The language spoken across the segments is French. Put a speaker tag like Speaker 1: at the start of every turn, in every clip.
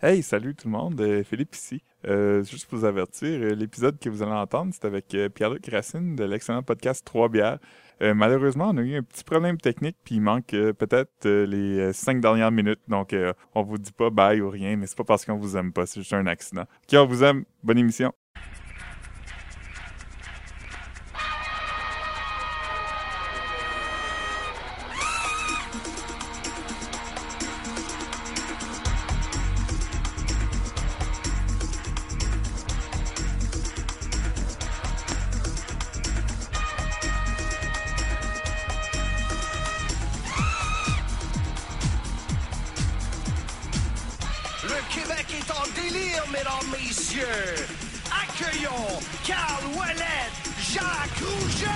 Speaker 1: Hey, salut tout le monde, euh, Philippe ici. Euh, juste pour vous avertir, euh, l'épisode que vous allez entendre, c'est avec euh, Pierre-Luc Racine de l'excellent podcast Trois bières. Euh, malheureusement, on a eu un petit problème technique, puis il manque euh, peut-être euh, les euh, cinq dernières minutes. Donc, euh, on vous dit pas bye ou rien, mais c'est pas parce qu'on vous aime pas, c'est juste un accident. Ok, on vous aime. Bonne émission.
Speaker 2: Le Québec est en délire, mesdames, messieurs. Accueillons Carl Ouellet, Jacques Rougeau.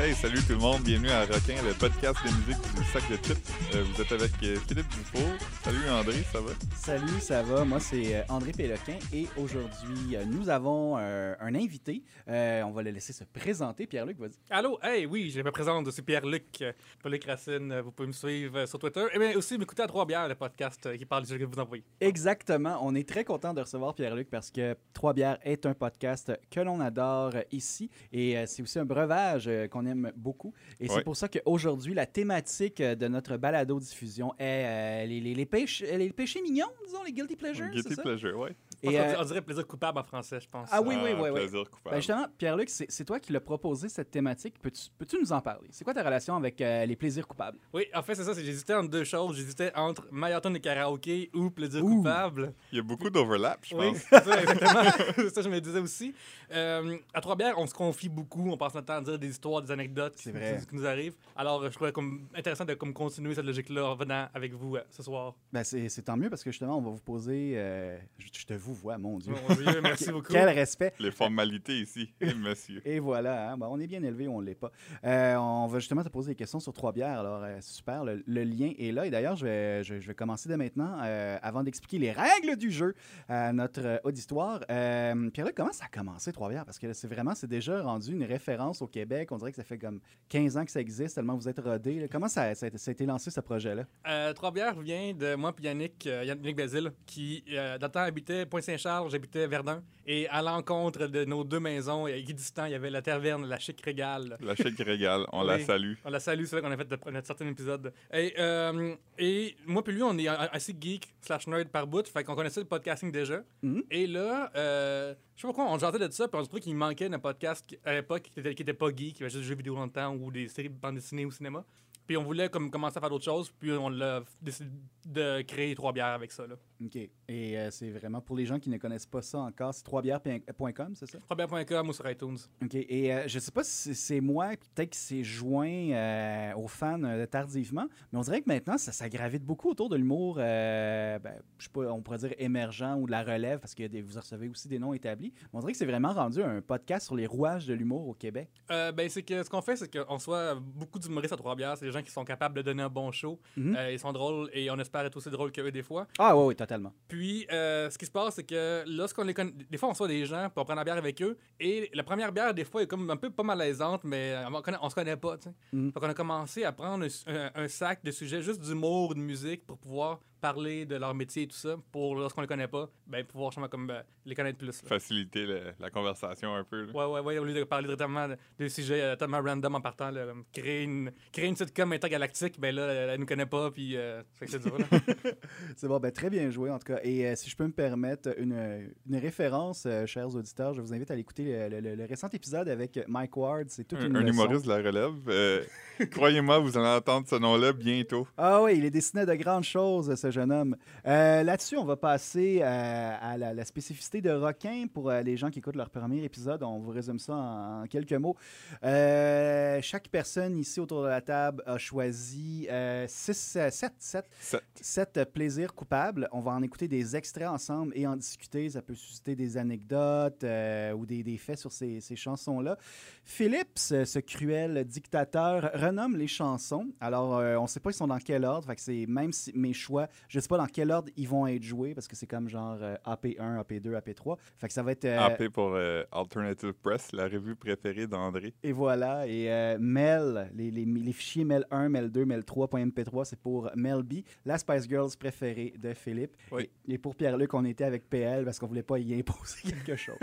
Speaker 1: Hey, salut tout le monde, bienvenue à Requin, le podcast de musique du sac de chips. Euh, vous êtes avec euh, Philippe Dufour. Salut André, ça va?
Speaker 3: Salut, ça va? Moi, c'est euh, André Péloquin et aujourd'hui, euh, nous avons euh, un invité. Euh, on va le laisser se présenter. Pierre-Luc, vas-y.
Speaker 4: Allô, hey, oui, je me présente, je suis Pierre-Luc, euh, Pierre-Luc Racine, euh, vous pouvez me suivre euh, sur Twitter, et bien aussi m'écouter à Trois Bières, le podcast euh, qui parle du jeu que vous envoyez.
Speaker 3: Exactement. On est très content de recevoir Pierre-Luc parce que Trois Bières est un podcast que l'on adore euh, ici et euh, c'est aussi un breuvage euh, qu'on aime beaucoup. Et
Speaker 1: Ouais.
Speaker 3: c'est pour ça qu'aujourd'hui, la thématique euh, de notre balado-diffusion est euh, les, les- les péch- les péchés mignons, disons, les guilty pleasures. c'est
Speaker 1: Guilty
Speaker 3: ça?
Speaker 1: Pleasure, ouais.
Speaker 4: Je pense
Speaker 3: Et,
Speaker 4: qu'on dit-
Speaker 3: euh,
Speaker 4: On dirait plaisir coupable en français, je pense.
Speaker 3: Ah oui,
Speaker 1: Ah,
Speaker 3: oui, oui, oui.
Speaker 1: Plaisir coupable.
Speaker 3: Ben justement, Pierre-Luc, c'est c'est toi qui l'as proposé cette thématique. Peux-tu peux-tu nous en parler? C'est quoi ta relation avec euh, les plaisirs coupables?
Speaker 4: Oui, en fait, c'est ça, c'est- j'hésitais entre deux choses, j'hésitais entre marathon de karaoké ou plaisir
Speaker 3: Ouh.
Speaker 4: coupable.
Speaker 1: Il y a beaucoup d'overlap, je
Speaker 4: Oui,
Speaker 1: pense.
Speaker 4: c'est ça, exactement. ça, je me disais aussi. Euh, à Trois Bières, on se confie beaucoup, on passe notre temps à dire des histoires, des anecdotes,
Speaker 3: C'est
Speaker 4: qui,
Speaker 3: vrai.
Speaker 4: qui nous arrivent. Alors, euh, je trouvais comme intéressant de comme, continuer cette logique-là en venant avec vous euh, ce soir.
Speaker 3: Ben c'est c'est tant mieux parce que justement, on va vous poser. euh, je, je te vous vois, mon Dieu.
Speaker 4: Mon Dieu, merci beaucoup.
Speaker 3: Quel respect.
Speaker 1: Les formalités ici, Eh, monsieur.
Speaker 3: Et voilà, hein. Ben, on est bien élevé ou on ne l'est pas. Euh, on va justement te poser des questions sur trois bières. Alors, euh, super, le, le lien est là. Et d'ailleurs, je vais, je, je vais commencer dès maintenant, euh, avant d'expliquer les règles du jeu à notre euh, auditoire. Euh, Pierre-Luc, comment ça a commencé, trois bières? Parce que là, c'est vraiment, c'est déjà rendu une référence au Québec. On dirait que ça fait comme 15 ans que ça existe, tellement vous êtes rodés. là. Comment ça, a- ça a été- ça a été lancé, ce projet-là?
Speaker 4: Euh, Trois-Bières vient de moi et Yannick, euh, Yannick Basile, qui, euh, dans le temps, habitait Point-Saint-Charles, j'habitais Verdun. Et à l'encontre de nos deux maisons, et équidistants, il y avait la taverne, la chic régale.
Speaker 1: La chèque régale, on la
Speaker 4: Oui.
Speaker 1: salue.
Speaker 4: On la salue, c'est là qu'on a fait de- notre certain épisode. Et, euh, et moi puis lui, on est a- assez geek slash nerd par bout, fait qu'on connaissait le podcasting déjà.
Speaker 3: Mhm.
Speaker 4: Et là, euh, je sais pas pourquoi, on jantait de ça, puis on se trouvait qu'il manquait d'un podcast qui- à l'époque qui était, qui était pas geek, qui avait juste des jeux vidéo dans le temps ou des séries de bande dessinée au cinéma. Puis on voulait comme commencer à faire d'autres choses, puis on l'a f- décidé de créer trois bières avec ça. là.
Speaker 3: OK. Et euh, c'est vraiment pour les gens qui ne connaissent pas ça encore, c'est 3bières.com, euh, c'est ça?
Speaker 4: Trois-bières.com ou sur iTunes.
Speaker 3: OK. Et euh, je sais pas si c'est moi, puis peut-être que c'est joint euh, aux fans euh, tardivement, mais on dirait que maintenant, ça, ça gravite beaucoup autour de l'humour, euh, ben, je sais pas, on pourrait dire émergent ou de la relève, parce que des- vous recevez aussi des noms établis. Mais on dirait que c'est vraiment rendu un podcast sur les rouages de l'humour au Québec.
Speaker 4: Euh, ben, c'est que ce qu'on fait, c'est qu'on soit beaucoup d'humoristes à Trois-Bières. C'est des gens qui sont capables de donner un bon show.
Speaker 3: Mhm.
Speaker 4: Euh, ils sont drôles et on espère être aussi drôles qu'eux des fois.
Speaker 3: Ah oui, oui, totalement.
Speaker 4: Puis, euh, ce qui se passe, c'est que lorsqu'on les connaît, des fois, on soit des gens pour prendre la bière avec eux. Et la première bière, des fois, est comme un peu pas malaisante, mais on, conna- on se connaît pas. tu sais.
Speaker 3: Mhm.
Speaker 4: Fait qu'on a commencé à prendre un, su- un- un sac de sujets juste d'humour ou de musique pour pouvoir parler de leur métier et tout ça. Pour lorsqu'on les connaît pas, ben, pouvoir justement comme, euh, les connaître plus. là.
Speaker 1: Faciliter la, la conversation un peu. là.
Speaker 4: Ouais, ouais, ouais, au lieu de parler directement de, de sujets euh, tellement random en partant, là, comme créer, une, créer une sitcom intergalactique, ben là, elle, elle nous connaît pas, puis euh, fait que c'est dur. là.
Speaker 3: C'est bon, ben, très bien joué en tout cas. Et euh, si je peux me permettre une, une référence, euh, chers auditeurs, je vous invite à l'écouter le, le- le- le récent épisode avec Mike Ward. C'est toute
Speaker 1: Un,
Speaker 3: une
Speaker 1: un
Speaker 3: leçon.
Speaker 1: humoriste de la relève. Euh, Croyez-moi, vous allez entendre ce nom-là bientôt.
Speaker 3: Ah oui, il est destiné à de grandes choses, ce jeune homme. Euh, Là-dessus, on va passer euh, à la, la spécificité de Requin pour euh, les gens qui écoutent leur premier épisode. On vous résume ça en, en quelques mots. Euh, chaque personne ici autour de la table a choisi euh, 6, 7, 7
Speaker 1: Sept.
Speaker 3: sept euh, plaisirs coupables. On va en écouter des extraits ensemble et en discuter. Ça peut susciter des anecdotes euh, ou des, des faits sur ces, ces chansons-là. Philippe, ce, ce cruel dictateur, renomme les chansons. Alors, euh, on ne sait pas ils sont dans quel ordre. Fait que c'est même si mes choix Je sais pas dans quel ordre ils vont être joués parce que c'est comme genre euh, AP1, AP2, AP3. Fait que ça va être. euh,
Speaker 1: AP pour euh, Alternative Press, la revue préférée d'André.
Speaker 3: Et voilà, et euh, MEL, les, les- les fichiers MEL1, MEL2, MEL3.mp3, c'est pour MELB, la Spice Girls préférée de Philippe.
Speaker 1: Oui.
Speaker 3: Et, et pour Pierre-Luc, on était avec PL parce qu'on voulait pas y imposer quelque chose.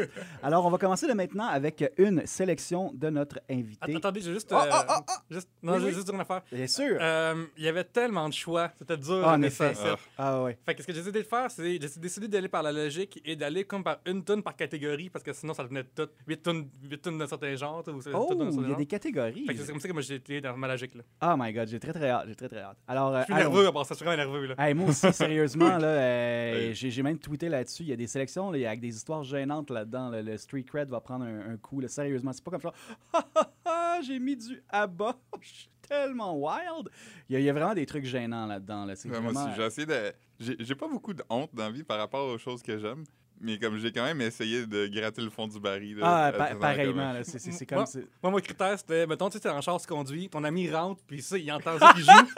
Speaker 3: Alors, on va commencer là maintenant avec une sélection de notre invité.
Speaker 4: Att- Attendez, j'ai juste,
Speaker 3: Oh,
Speaker 4: euh,
Speaker 3: oh, oh,
Speaker 4: juste. Non,
Speaker 3: Oui,
Speaker 4: j'ai
Speaker 3: oui.
Speaker 4: juste une affaire.
Speaker 3: Bien sûr!
Speaker 4: Euh, Il y avait tellement de choix. C'était dur
Speaker 3: Ah, en
Speaker 4: de
Speaker 3: effet.
Speaker 4: faire ça.
Speaker 3: ah ouais.
Speaker 4: Fait que ce que j'ai décidé de faire, c'est j'ai décidé d'aller par la logique et d'aller comme par une tonne par catégorie parce que sinon ça devenait tout 8 tonnes, 8 tonnes d'un certain genre. tu sais, Ou c'est-
Speaker 3: Oh,
Speaker 4: tonnes d'un certain
Speaker 3: il y a
Speaker 4: genre.
Speaker 3: des catégories.
Speaker 4: Fait que c'est comme ça que moi, j'ai été dans ma logique. Là.
Speaker 3: Oh my god, j'ai très très hâte, j'ai très très hâte. Alors, Ah. euh,
Speaker 4: Je suis
Speaker 3: allons-y.
Speaker 4: nerveux, à part ça, je suis vraiment nerveux. Là.
Speaker 3: Hey, moi aussi, sérieusement, là, euh, j'ai j'ai même tweeté là-dessus. Il y a des sélections là, il y a avec des histoires gênantes là-dedans. là. le street cred va prendre un, un coup. là. sérieusement, c'est pas comme ça. Ha, ha, ha, j'ai mis du abat. Je suis tellement wild. Il y, a, il y a vraiment des trucs gênants là-dedans. Là. C'est
Speaker 1: Ouais, moi
Speaker 3: vraiment- euh,
Speaker 1: aussi, j'ai essayé de. J'ai j'ai pas beaucoup de honte dans la vie par rapport aux choses que j'aime, mais comme j'ai quand même essayé de gratter le fond du baril. là,
Speaker 3: Ah,
Speaker 1: à-
Speaker 3: pa-
Speaker 1: à-
Speaker 3: pareillement. là. C'est- C'est c'est comme.
Speaker 4: Moi-
Speaker 3: c'est-
Speaker 4: Moi, mon critère, c'était, mettons, tu sais, t'es en char, tu conduis, ton ami rentre, puis ça, il entend ça, il joue.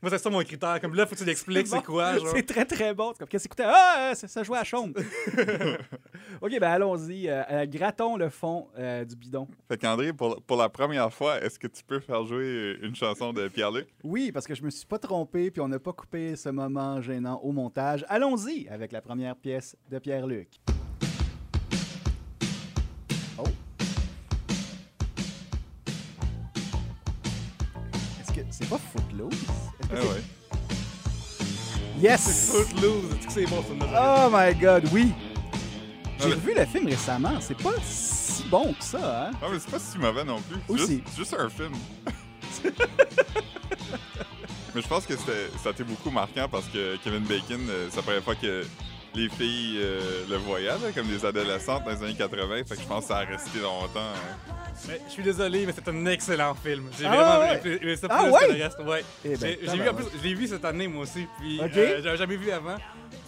Speaker 4: Moi, c'est ça mon critère. Comme là, faut que tu l'expliques, c'est
Speaker 3: bon.
Speaker 4: quoi, genre.
Speaker 3: C'est très très bon. C'est comme, Qu'est-ce que t'écoutais? Ah, euh, ça, ça jouait à chaume. ok, ben allons-y. Euh, euh, grattons le fond euh, du bidon.
Speaker 1: Fait qu'André, pour, pour la première fois, est-ce que tu peux faire jouer une chanson de Pierre-Luc?
Speaker 3: Oui, parce que je me suis pas trompé, puis on n'a pas coupé ce moment gênant au montage. Allons-y avec la première pièce de Pierre-Luc. Oh. Est-ce que c'est pas Footloose? Est-ce que
Speaker 1: Ah
Speaker 3: c'est-
Speaker 1: ouais.
Speaker 3: Yes!
Speaker 4: Footloose, est-ce que c'est bon, ça, notre-
Speaker 3: Oh my god, oui!
Speaker 1: Ah,
Speaker 3: J'ai
Speaker 1: mais-
Speaker 3: vu le film récemment, c'est pas si bon que ça, hein?
Speaker 1: Ah, mais c'est pas si mauvais non plus. C'est
Speaker 3: Aussi.
Speaker 1: Juste, juste un film. mais je pense que c'était- ça a été beaucoup marquant parce que Kevin Bacon, euh, c'est la première fois que les filles euh, le voyaient, là, comme des adolescentes dans les années 80. Fait que je pense que ça a resté longtemps. hein.
Speaker 4: Mais Je suis désolé, mais c'est un excellent film. J'ai
Speaker 3: Ah
Speaker 4: vraiment
Speaker 3: ouais?
Speaker 4: aimé aimé ça plus
Speaker 3: Ah
Speaker 4: que
Speaker 3: ouais?
Speaker 4: le reste. Ouais.
Speaker 3: Eh ben,
Speaker 4: J'ai- j'ai vu, en plus,
Speaker 3: tabarouette.
Speaker 4: je l'ai vu cette année, moi aussi. Puis,
Speaker 3: Ok.
Speaker 4: euh, j'avais jamais vu avant.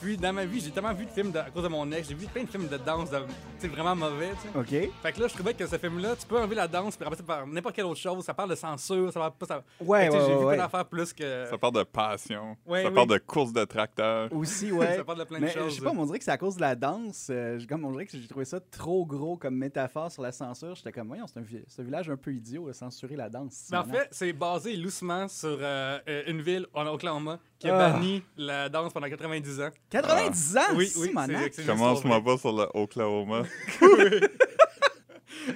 Speaker 4: Puis, dans ma vie, j'ai tellement vu de films de- à cause de mon ex. J'ai vu plein de films de danse, de- tu sais, vraiment mauvais. tu sais.
Speaker 3: Ok.
Speaker 4: Fait que là, je trouvais que ce film-là, tu peux enlever la danse puis remplacer par n'importe quelle autre chose. Ça parle de censure, ça parle pas. Ça...
Speaker 3: Ouais,
Speaker 4: Fait que, tu
Speaker 3: ouais,
Speaker 4: sais, J'ai
Speaker 3: ouais,
Speaker 4: vu
Speaker 3: ouais.
Speaker 4: plein d'affaires plus que.
Speaker 1: Ça parle de passion.
Speaker 4: Ouais,
Speaker 1: ça
Speaker 4: oui.
Speaker 1: parle de course de tracteur.
Speaker 3: Aussi, ouais.
Speaker 4: Ça parle de plein de
Speaker 3: mais, euh,
Speaker 4: choses, hein.
Speaker 3: Je sais pas,
Speaker 4: ouais.
Speaker 3: on dirait que c'est à cause de la danse. euh, j'ai- comme on dirait que j'ai trouvé ça trop gros comme métaphore sur la censure. J'étais comme, voyons, c'est un, vi- c'est un village un peu idiot, de censurer la danse.
Speaker 4: Mais en
Speaker 3: maintenant.
Speaker 4: fait, ah, c'est basé loussement sur euh, euh, une ville en Oklahoma qui a
Speaker 3: Ah.
Speaker 4: banni la danse pendant 90 ans.
Speaker 3: 90 ans!
Speaker 4: Oui, oui,
Speaker 3: Simonac!
Speaker 4: c'est- c'est-
Speaker 1: Je
Speaker 4: une
Speaker 1: Commence-moi
Speaker 4: histoire
Speaker 1: pas sur le Oklahoma.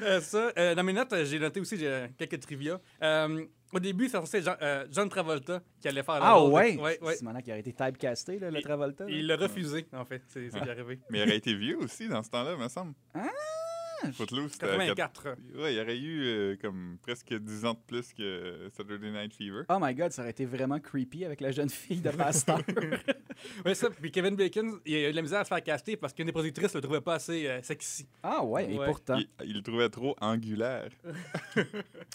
Speaker 4: Euh, ça, euh, dans mes notes, euh, j'ai noté aussi j'ai, euh, quelques trivia. Euh, au début, c'est censé être Jean, euh, John Travolta qui allait faire le
Speaker 3: Ah
Speaker 4: rôle de-
Speaker 3: ouais!
Speaker 4: ouais, ouais.
Speaker 3: Simonac, il aurait été typecasté, là, le
Speaker 4: Il-
Speaker 3: Travolta. là.
Speaker 4: Il l'a refusé, en fait. C'est ça qui est arrivé.
Speaker 1: Mais il aurait été vieux aussi dans ce temps-là, me semble.
Speaker 3: Ah!
Speaker 1: Footloose, c'était à
Speaker 4: 84.
Speaker 1: Ouais, il aurait eu euh, comme presque 10 ans de plus que Saturday Night Fever.
Speaker 3: Oh my god, ça aurait été vraiment creepy avec la jeune fille de Pasteur.
Speaker 4: Ouais, ça. Puis Kevin Bacon, il a eu de la misère à se faire caster parce qu'une des productrices le trouvait pas assez euh, sexy.
Speaker 3: ah ouais, et
Speaker 4: Ouais.
Speaker 3: pourtant.
Speaker 1: Il, il le trouvait trop angulaire.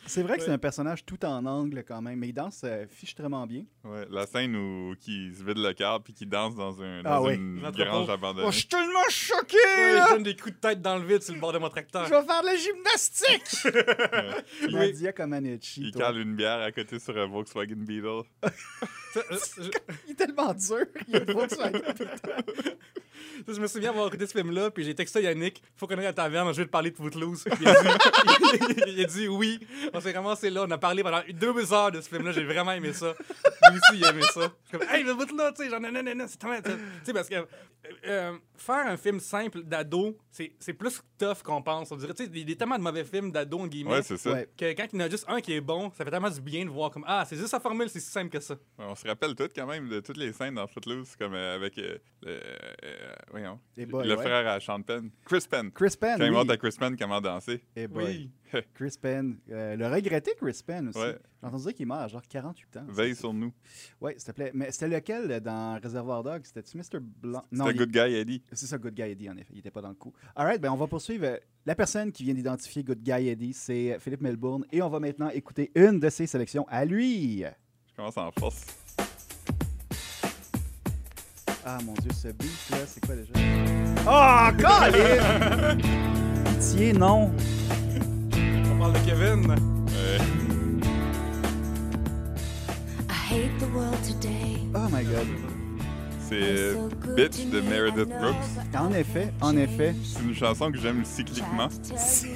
Speaker 3: C'est vrai que c'est
Speaker 4: Ouais.
Speaker 3: un personnage tout en angle quand même, mais il danse euh, fichtrement bien.
Speaker 1: Ouais, la scène où qui se vide le cœur puis qui danse dans, un,
Speaker 3: Ah
Speaker 1: dans
Speaker 3: oui.
Speaker 1: une
Speaker 4: Notre
Speaker 1: grange
Speaker 4: pauvre.
Speaker 1: abandonnée.
Speaker 3: Oh, suis tellement choqué!
Speaker 4: Ouais, il donne des coups de tête dans le vide sur le bord de mon tracteur.
Speaker 3: vais faire de la gymnastique!
Speaker 1: Il-
Speaker 3: Nadia Comaneci.
Speaker 1: il
Speaker 3: toi.
Speaker 1: cale une bière à côté sur un Volkswagen Beetle.
Speaker 4: Ça, euh, je,
Speaker 3: Il est tellement dur. Il a Volkswagen.
Speaker 4: ça, je me souviens avoir écouté ce film-là, puis j'ai texté Yannick, faut qu'on aille à la taverne, je vais te parler de Footloose. Puis il a dit, il a dit oui. On s'est ramassé là, on a parlé pendant deux heures de ce film-là, j'ai vraiment aimé ça. Lui aussi, il a aimé ça. Je suis Comme, hey, le bout là, tu sais, genre, non, non, non, non, c'est tellement. Tu sais, parce que euh, euh, faire un film simple d'ado, c'est c'est plus tough qu'on pense. On dirait, tu sais, il y a tellement de mauvais films d'ado, en guillemets.
Speaker 1: Ouais, c'est ça.
Speaker 3: Ouais.
Speaker 4: que quand il y en a juste un qui est bon, ça fait tellement du bien de voir comme Ah, c'est juste sa formule, c'est si simple que ça.
Speaker 1: Ouais, On se rappelle toutes quand même de toutes les scènes dans Footloose, comme euh, avec euh, le, euh, voyons,
Speaker 3: Les boys,
Speaker 1: le
Speaker 3: ouais.
Speaker 1: frère à Sean Penn, Chris Penn.
Speaker 3: Chris Penn.
Speaker 1: Quand il
Speaker 3: oui.
Speaker 1: montre à Chris Penn comment danser.
Speaker 3: Eh boy. Chris Penn. Euh, le regretté Chris Penn aussi.
Speaker 1: Ouais.
Speaker 3: J'ai entendu dire qu'il est mort à genre 48 ans.
Speaker 1: Veille sur nous.
Speaker 3: Ouais, s'il te plaît. Mais c'était lequel euh, dans Reservoir Dogs C'était-tu Mr. Blanc Non,
Speaker 1: C'était
Speaker 3: il-
Speaker 1: Good Guy Eddie.
Speaker 3: c'est ça, Good Guy Eddie, en effet. Il était pas dans le coup. All right, ben on va poursuivre. Euh, La personne qui vient d'identifier Good Guy Eddie, c'est euh, Philippe Melbourne. Et on va maintenant écouter une de ses sélections à lui.
Speaker 1: Je commence en force.
Speaker 3: Ah mon dieu, ce beat là, c'est quoi déjà? Oh, God! Pitié, non!
Speaker 4: On parle de Kevin.
Speaker 5: I hate the world today.
Speaker 3: Oh my god.
Speaker 1: c'est euh, Bitch de Meredith Brooks.
Speaker 3: En effet, en effet.
Speaker 1: C'est une chanson que j'aime cycliquement.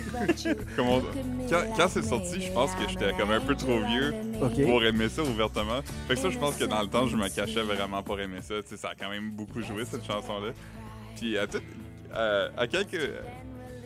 Speaker 1: Comme on- Quand, quand c'est sorti, je pense que j'étais comme un peu trop vieux
Speaker 3: OK.
Speaker 1: pour aimer ça ouvertement. Fait que ça, je pense que dans le temps, je me cachais vraiment pour aimer ça. Tu sais, ça a quand même beaucoup joué, cette chanson-là. Puis à, tout- euh, à quelques,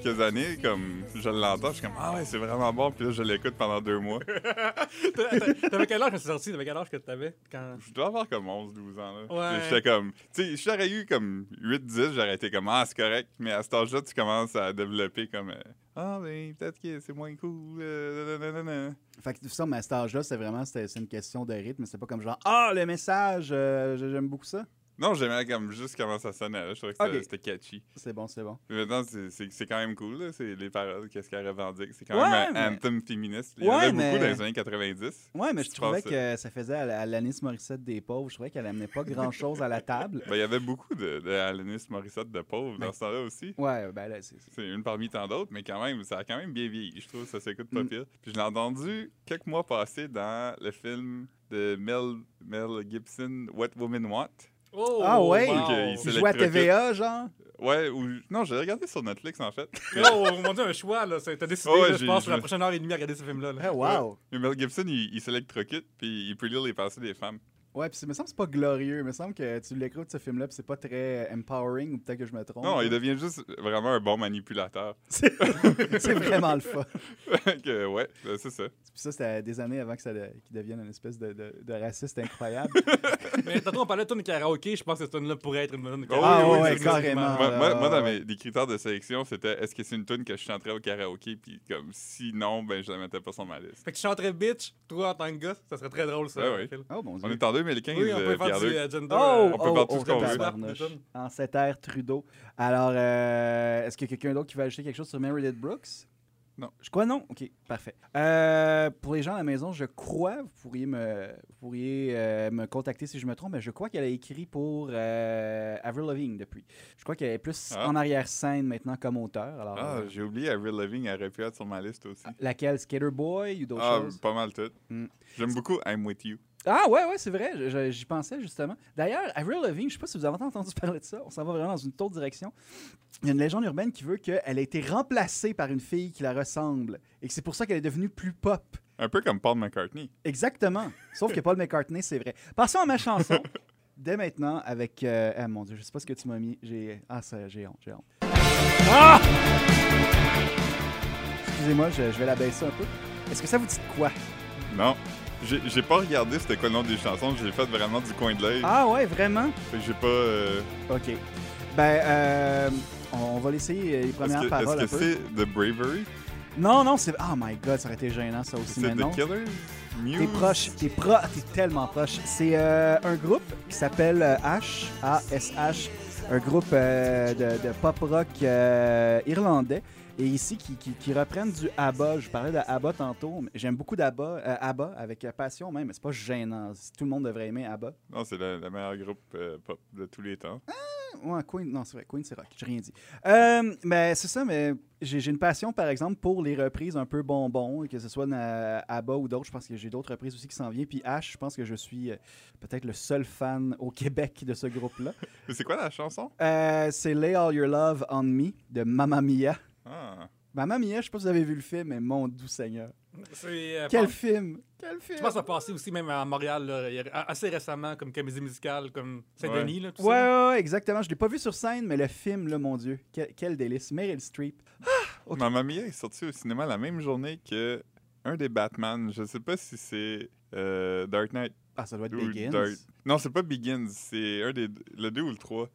Speaker 1: quelques années, comme je l'entends, je suis comme « Ah ouais, c'est vraiment bon », puis là, je l'écoute pendant deux mois.
Speaker 4: T'as- T'avais quel âge quand c'est sorti? T'avais quel âge que t'avais? Quand...
Speaker 1: Je dois avoir comme 11, 12 ans. Là.
Speaker 4: Ouais.
Speaker 1: J'étais comme. Tu sais, si j'aurais eu comme 8, 10, j'aurais été comme Ah, c'est correct. Mais à cet âge-là, tu commences à développer comme euh, Ah, ben, peut-être que c'est moins cool. euh, nanana.
Speaker 3: Fait que ça, mais à cet âge-là, c'est vraiment c'était- c'est une question de rythme. C'est pas comme genre Ah, le message, euh, j'aime beaucoup ça.
Speaker 1: Non, j'aimais comme juste comment ça sonnait. là. Je trouvais que c'était-
Speaker 3: Ok.
Speaker 1: c'était catchy.
Speaker 3: C'est bon, c'est bon.
Speaker 1: Mais Maintenant, c'est- c'est c'est quand même cool. là. C'est les paroles, qu'est-ce qu'elle revendique. C'est quand
Speaker 3: Ouais,
Speaker 1: même un
Speaker 3: mais-
Speaker 1: anthem féministe. Il y en
Speaker 3: Ouais,
Speaker 1: avait
Speaker 3: mais-
Speaker 1: beaucoup dans les années 90.
Speaker 3: Ouais, mais je
Speaker 1: Je
Speaker 3: trouvais
Speaker 1: pense, euh,
Speaker 3: que ça faisait à la- à l'Anis Morissette des pauvres. Je trouvais qu'elle amenait pas grand-chose à la table.
Speaker 1: Ben, il y avait beaucoup de, de Alanis Morissette de pauvres
Speaker 3: Ben-
Speaker 1: dans ce temps-là aussi.
Speaker 3: Ouais, ben là, c'est. c'est-
Speaker 1: C'est une parmi tant d'autres, mais quand même, ça a quand même bien vieilli. Je trouve ça s'écoute pas
Speaker 3: Mm.
Speaker 1: pire. Puis je l'ai entendu quelques mois passés dans le film de Mel, Mel Gibson, What Women Want.
Speaker 4: Oh,
Speaker 3: Ah ouais!
Speaker 4: wow.
Speaker 1: Ok, il
Speaker 3: Tu
Speaker 1: s'est-
Speaker 3: jouais à
Speaker 1: électrocuté.
Speaker 3: TVA, genre
Speaker 1: Ouais, ou. Non, j'ai regardé sur Netflix en fait.
Speaker 4: Oh, mon dieu, un choix, là. C'est- T'as décidé,
Speaker 1: Ouais,
Speaker 4: là, je
Speaker 1: j'ai-
Speaker 4: pense,
Speaker 1: je
Speaker 4: pour la
Speaker 1: me-
Speaker 4: prochaine heure et demie à regarder ce film-là. là.
Speaker 3: Ah, wow
Speaker 1: Mais Mel Gibson, il, il s'électrocute, puis il peut lire les pensées des femmes.
Speaker 3: Ouais, puis il me semble que c'est pas glorieux. Il me semble que tu l'écoutes, ce film-là, puis c'est pas très euh, empowering, ou peut-être que je me trompe.
Speaker 1: Non, il devient juste vraiment un bon manipulateur.
Speaker 3: C'est c'est vraiment le fun.
Speaker 1: Fait que, ouais, euh, c'est ça.
Speaker 3: Puis ça, c'était des années avant que ça de- qu'il devienne une espèce de, de- de raciste incroyable.
Speaker 4: Mais tantôt, on parlait de tune de karaoké. Je pense que cette tune-là pourrait être une bonne tune de
Speaker 1: Oh,
Speaker 4: karaoké.
Speaker 1: oui, oui,
Speaker 4: c'est
Speaker 1: oui,
Speaker 4: exactement.
Speaker 3: Ah, carrément.
Speaker 1: Moi,
Speaker 3: Ah,
Speaker 1: moi, moi, dans
Speaker 3: ouais.
Speaker 1: mes des critères de sélection, c'était est-ce que c'est une tune que je chanterais au karaoké, puis comme si non, ben je la mettais pas sur ma liste.
Speaker 4: Fait que tu chanterais bitch, toi en tant que gars, ça serait très drôle ça.
Speaker 1: Ouais, ouais.
Speaker 4: Phil.
Speaker 3: Oh, mon Dieu.
Speaker 1: On est en 2015,
Speaker 4: Oui, on peut
Speaker 1: euh,
Speaker 4: faire du
Speaker 1: Pierre-Luc.
Speaker 4: euh, gender.
Speaker 3: Oh,
Speaker 1: on peut faire tout
Speaker 3: oh,
Speaker 1: ce qu'on
Speaker 3: oh,
Speaker 1: veut.
Speaker 3: tabarnouche.
Speaker 4: Personne.
Speaker 3: En cette ère Trudeau. Alors, euh, est-ce qu'il y a quelqu'un d'autre qui veut ajouter quelque chose sur Meredith Brooks?
Speaker 1: Non.
Speaker 3: Je crois non. OK, parfait. Euh, pour les gens à la maison, je crois, vous pourriez me, vous pourriez, euh, me contacter si je me trompe, mais je crois qu'elle a écrit pour euh, Avril Lavigne depuis. Je crois qu'elle est plus
Speaker 1: Ah.
Speaker 3: en arrière-scène maintenant comme auteur. Alors,
Speaker 1: Ah,
Speaker 3: euh,
Speaker 1: j'ai oublié Avril Lavigne aurait pu être sur ma liste
Speaker 4: Ah,
Speaker 1: aussi.
Speaker 3: laquelle? Skater Boy ou d'autres
Speaker 1: Ah,
Speaker 3: choses?
Speaker 1: pas mal tout.
Speaker 3: Mm.
Speaker 1: J'aime beaucoup I'm With You.
Speaker 3: Ah ouais, ouais, c'est vrai, je- je- j'y pensais justement. D'ailleurs, Avril Lavigne, je sais pas si vous avez entendu parler de ça, on s'en va vraiment dans une autre direction. Il y a une légende urbaine qui veut qu'elle ait été remplacée par une fille qui la ressemble et que c'est pour ça qu'elle est devenue plus pop.
Speaker 1: Un peu comme Paul McCartney.
Speaker 3: Exactement. Sauf que Paul McCartney, c'est vrai. Passons à ma chanson. Dès maintenant, avec. euh, ah mon dieu, je sais pas ce que tu m'as mis. J'ai. Ah, ça, j'ai honte, j'ai honte. Excusez-moi, je, je vais la baisser un peu. Est-ce que ça vous dit de quoi?
Speaker 1: Non. J'ai j'ai pas regardé c'était quoi le nom des chansons, j'ai fait vraiment du coin de l'œil.
Speaker 3: Ah ouais, vraiment?
Speaker 1: Fait que J'ai pas. euh,
Speaker 3: OK. Ben, euh, on va laisser les
Speaker 1: Est-ce
Speaker 3: premières
Speaker 1: que-
Speaker 3: paroles
Speaker 1: est-ce
Speaker 3: un
Speaker 1: que
Speaker 3: peu.
Speaker 1: c'est The Bravery?
Speaker 3: Non, non, c'est... Oh my God, ça aurait été gênant, ça aussi, mais
Speaker 1: C'est
Speaker 3: non.
Speaker 1: The Killers? Muse?
Speaker 3: T'es proche, t'es pro, t'es tellement proche. C'est euh, un groupe qui s'appelle euh, H, A-S-H, un groupe euh, de, de pop rock euh, irlandais. Et ici, qui, qui- qui reprennent du ABBA. Je vous parlais de ABBA tantôt. mais J'aime beaucoup d'ABBA, euh, ABBA avec euh, passion même. mais C'est pas gênant. Tout le monde devrait aimer ABBA.
Speaker 1: Non, c'est le, le meilleur groupe euh, pop de tous les temps.
Speaker 3: Hein? Ouais, Queen, non, c'est vrai, Queen, c'est rock, j'ai rien dit. Euh, mais c'est ça, mais j'ai j'ai une passion, par exemple, pour les reprises un peu bonbons, que ce soit na- ABBA ou d'autres. Je pense que j'ai d'autres reprises aussi qui s'en viennent. Puis H, je pense que je suis euh, peut-être le seul fan au Québec de ce groupe-là.
Speaker 1: Mais c'est quoi la chanson?
Speaker 3: Euh, c'est Lay All Your Love on Me de Mamma Mia.
Speaker 1: Ah.
Speaker 3: Mamma Mia, je sais pas si vous avez vu le film, mais mon doux Seigneur.
Speaker 4: C'est, euh,
Speaker 3: Quel
Speaker 4: pas-
Speaker 3: film! Quel film!
Speaker 4: Je pense que ça passé aussi même à Montréal là, il y a- assez récemment comme comédie musicale comme Saint-Denis là, tout
Speaker 3: Ouais,
Speaker 4: ça.
Speaker 3: ouais, ouais, exactement. Je l'ai pas vu sur scène, mais le film, là, mon Dieu, quel, quel délice. Meryl Streep. Ok.
Speaker 1: Mamma Mia est sortie au cinéma la même journée que un des Batman. Je sais pas si c'est euh, Dark Knight
Speaker 3: Ah, ça doit être
Speaker 1: ou
Speaker 3: Begins.
Speaker 1: Dark- Non, c'est pas Begins, c'est un des le 2 ou le 3.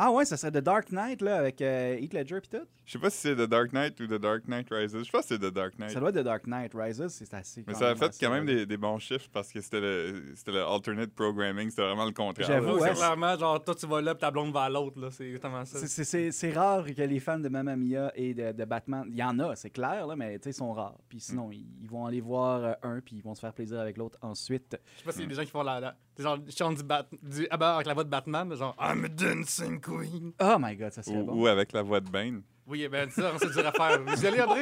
Speaker 3: Ah ouais, ça serait The Dark Knight là avec euh, Heath Ledger pis tout.
Speaker 1: Je sais pas si c'est The Dark Knight ou The Dark Knight Rises. Je pense que c'est The Dark Knight.
Speaker 3: Ça doit être The Dark Knight Rises, c'est assez.
Speaker 1: Mais ça a fait
Speaker 3: assez-
Speaker 1: quand même des, des bons chiffres parce que c'était le, c'était le alternate programming, c'était vraiment le contraire.
Speaker 3: J'avoue,
Speaker 1: là.
Speaker 4: c'est
Speaker 3: ouais.
Speaker 4: clairement genre toi tu vas là puis ta blonde va à l'autre là, c'est exactement ça.
Speaker 3: euh, C'est- c'est- C'est c'est rare que les fans de Mamma Mia et de, de Batman, il y en a, c'est clair là, mais tu sais ils sont rares. Puis
Speaker 1: Mm.
Speaker 3: sinon ils, ils vont aller voir euh, un puis ils vont se faire plaisir avec l'autre ensuite.
Speaker 4: Je sais pas s'il y a des gens qui font la, la c'est genre ils chantent du bat du ah bah avec la voix de Batman là, genre I'm a dancing queen.
Speaker 3: Oh my god, ça serait
Speaker 1: Ou,
Speaker 3: bon.
Speaker 1: ou avec la voix de Bane.
Speaker 4: Oui, ben ça, c'est dur à faire. Vous y allez André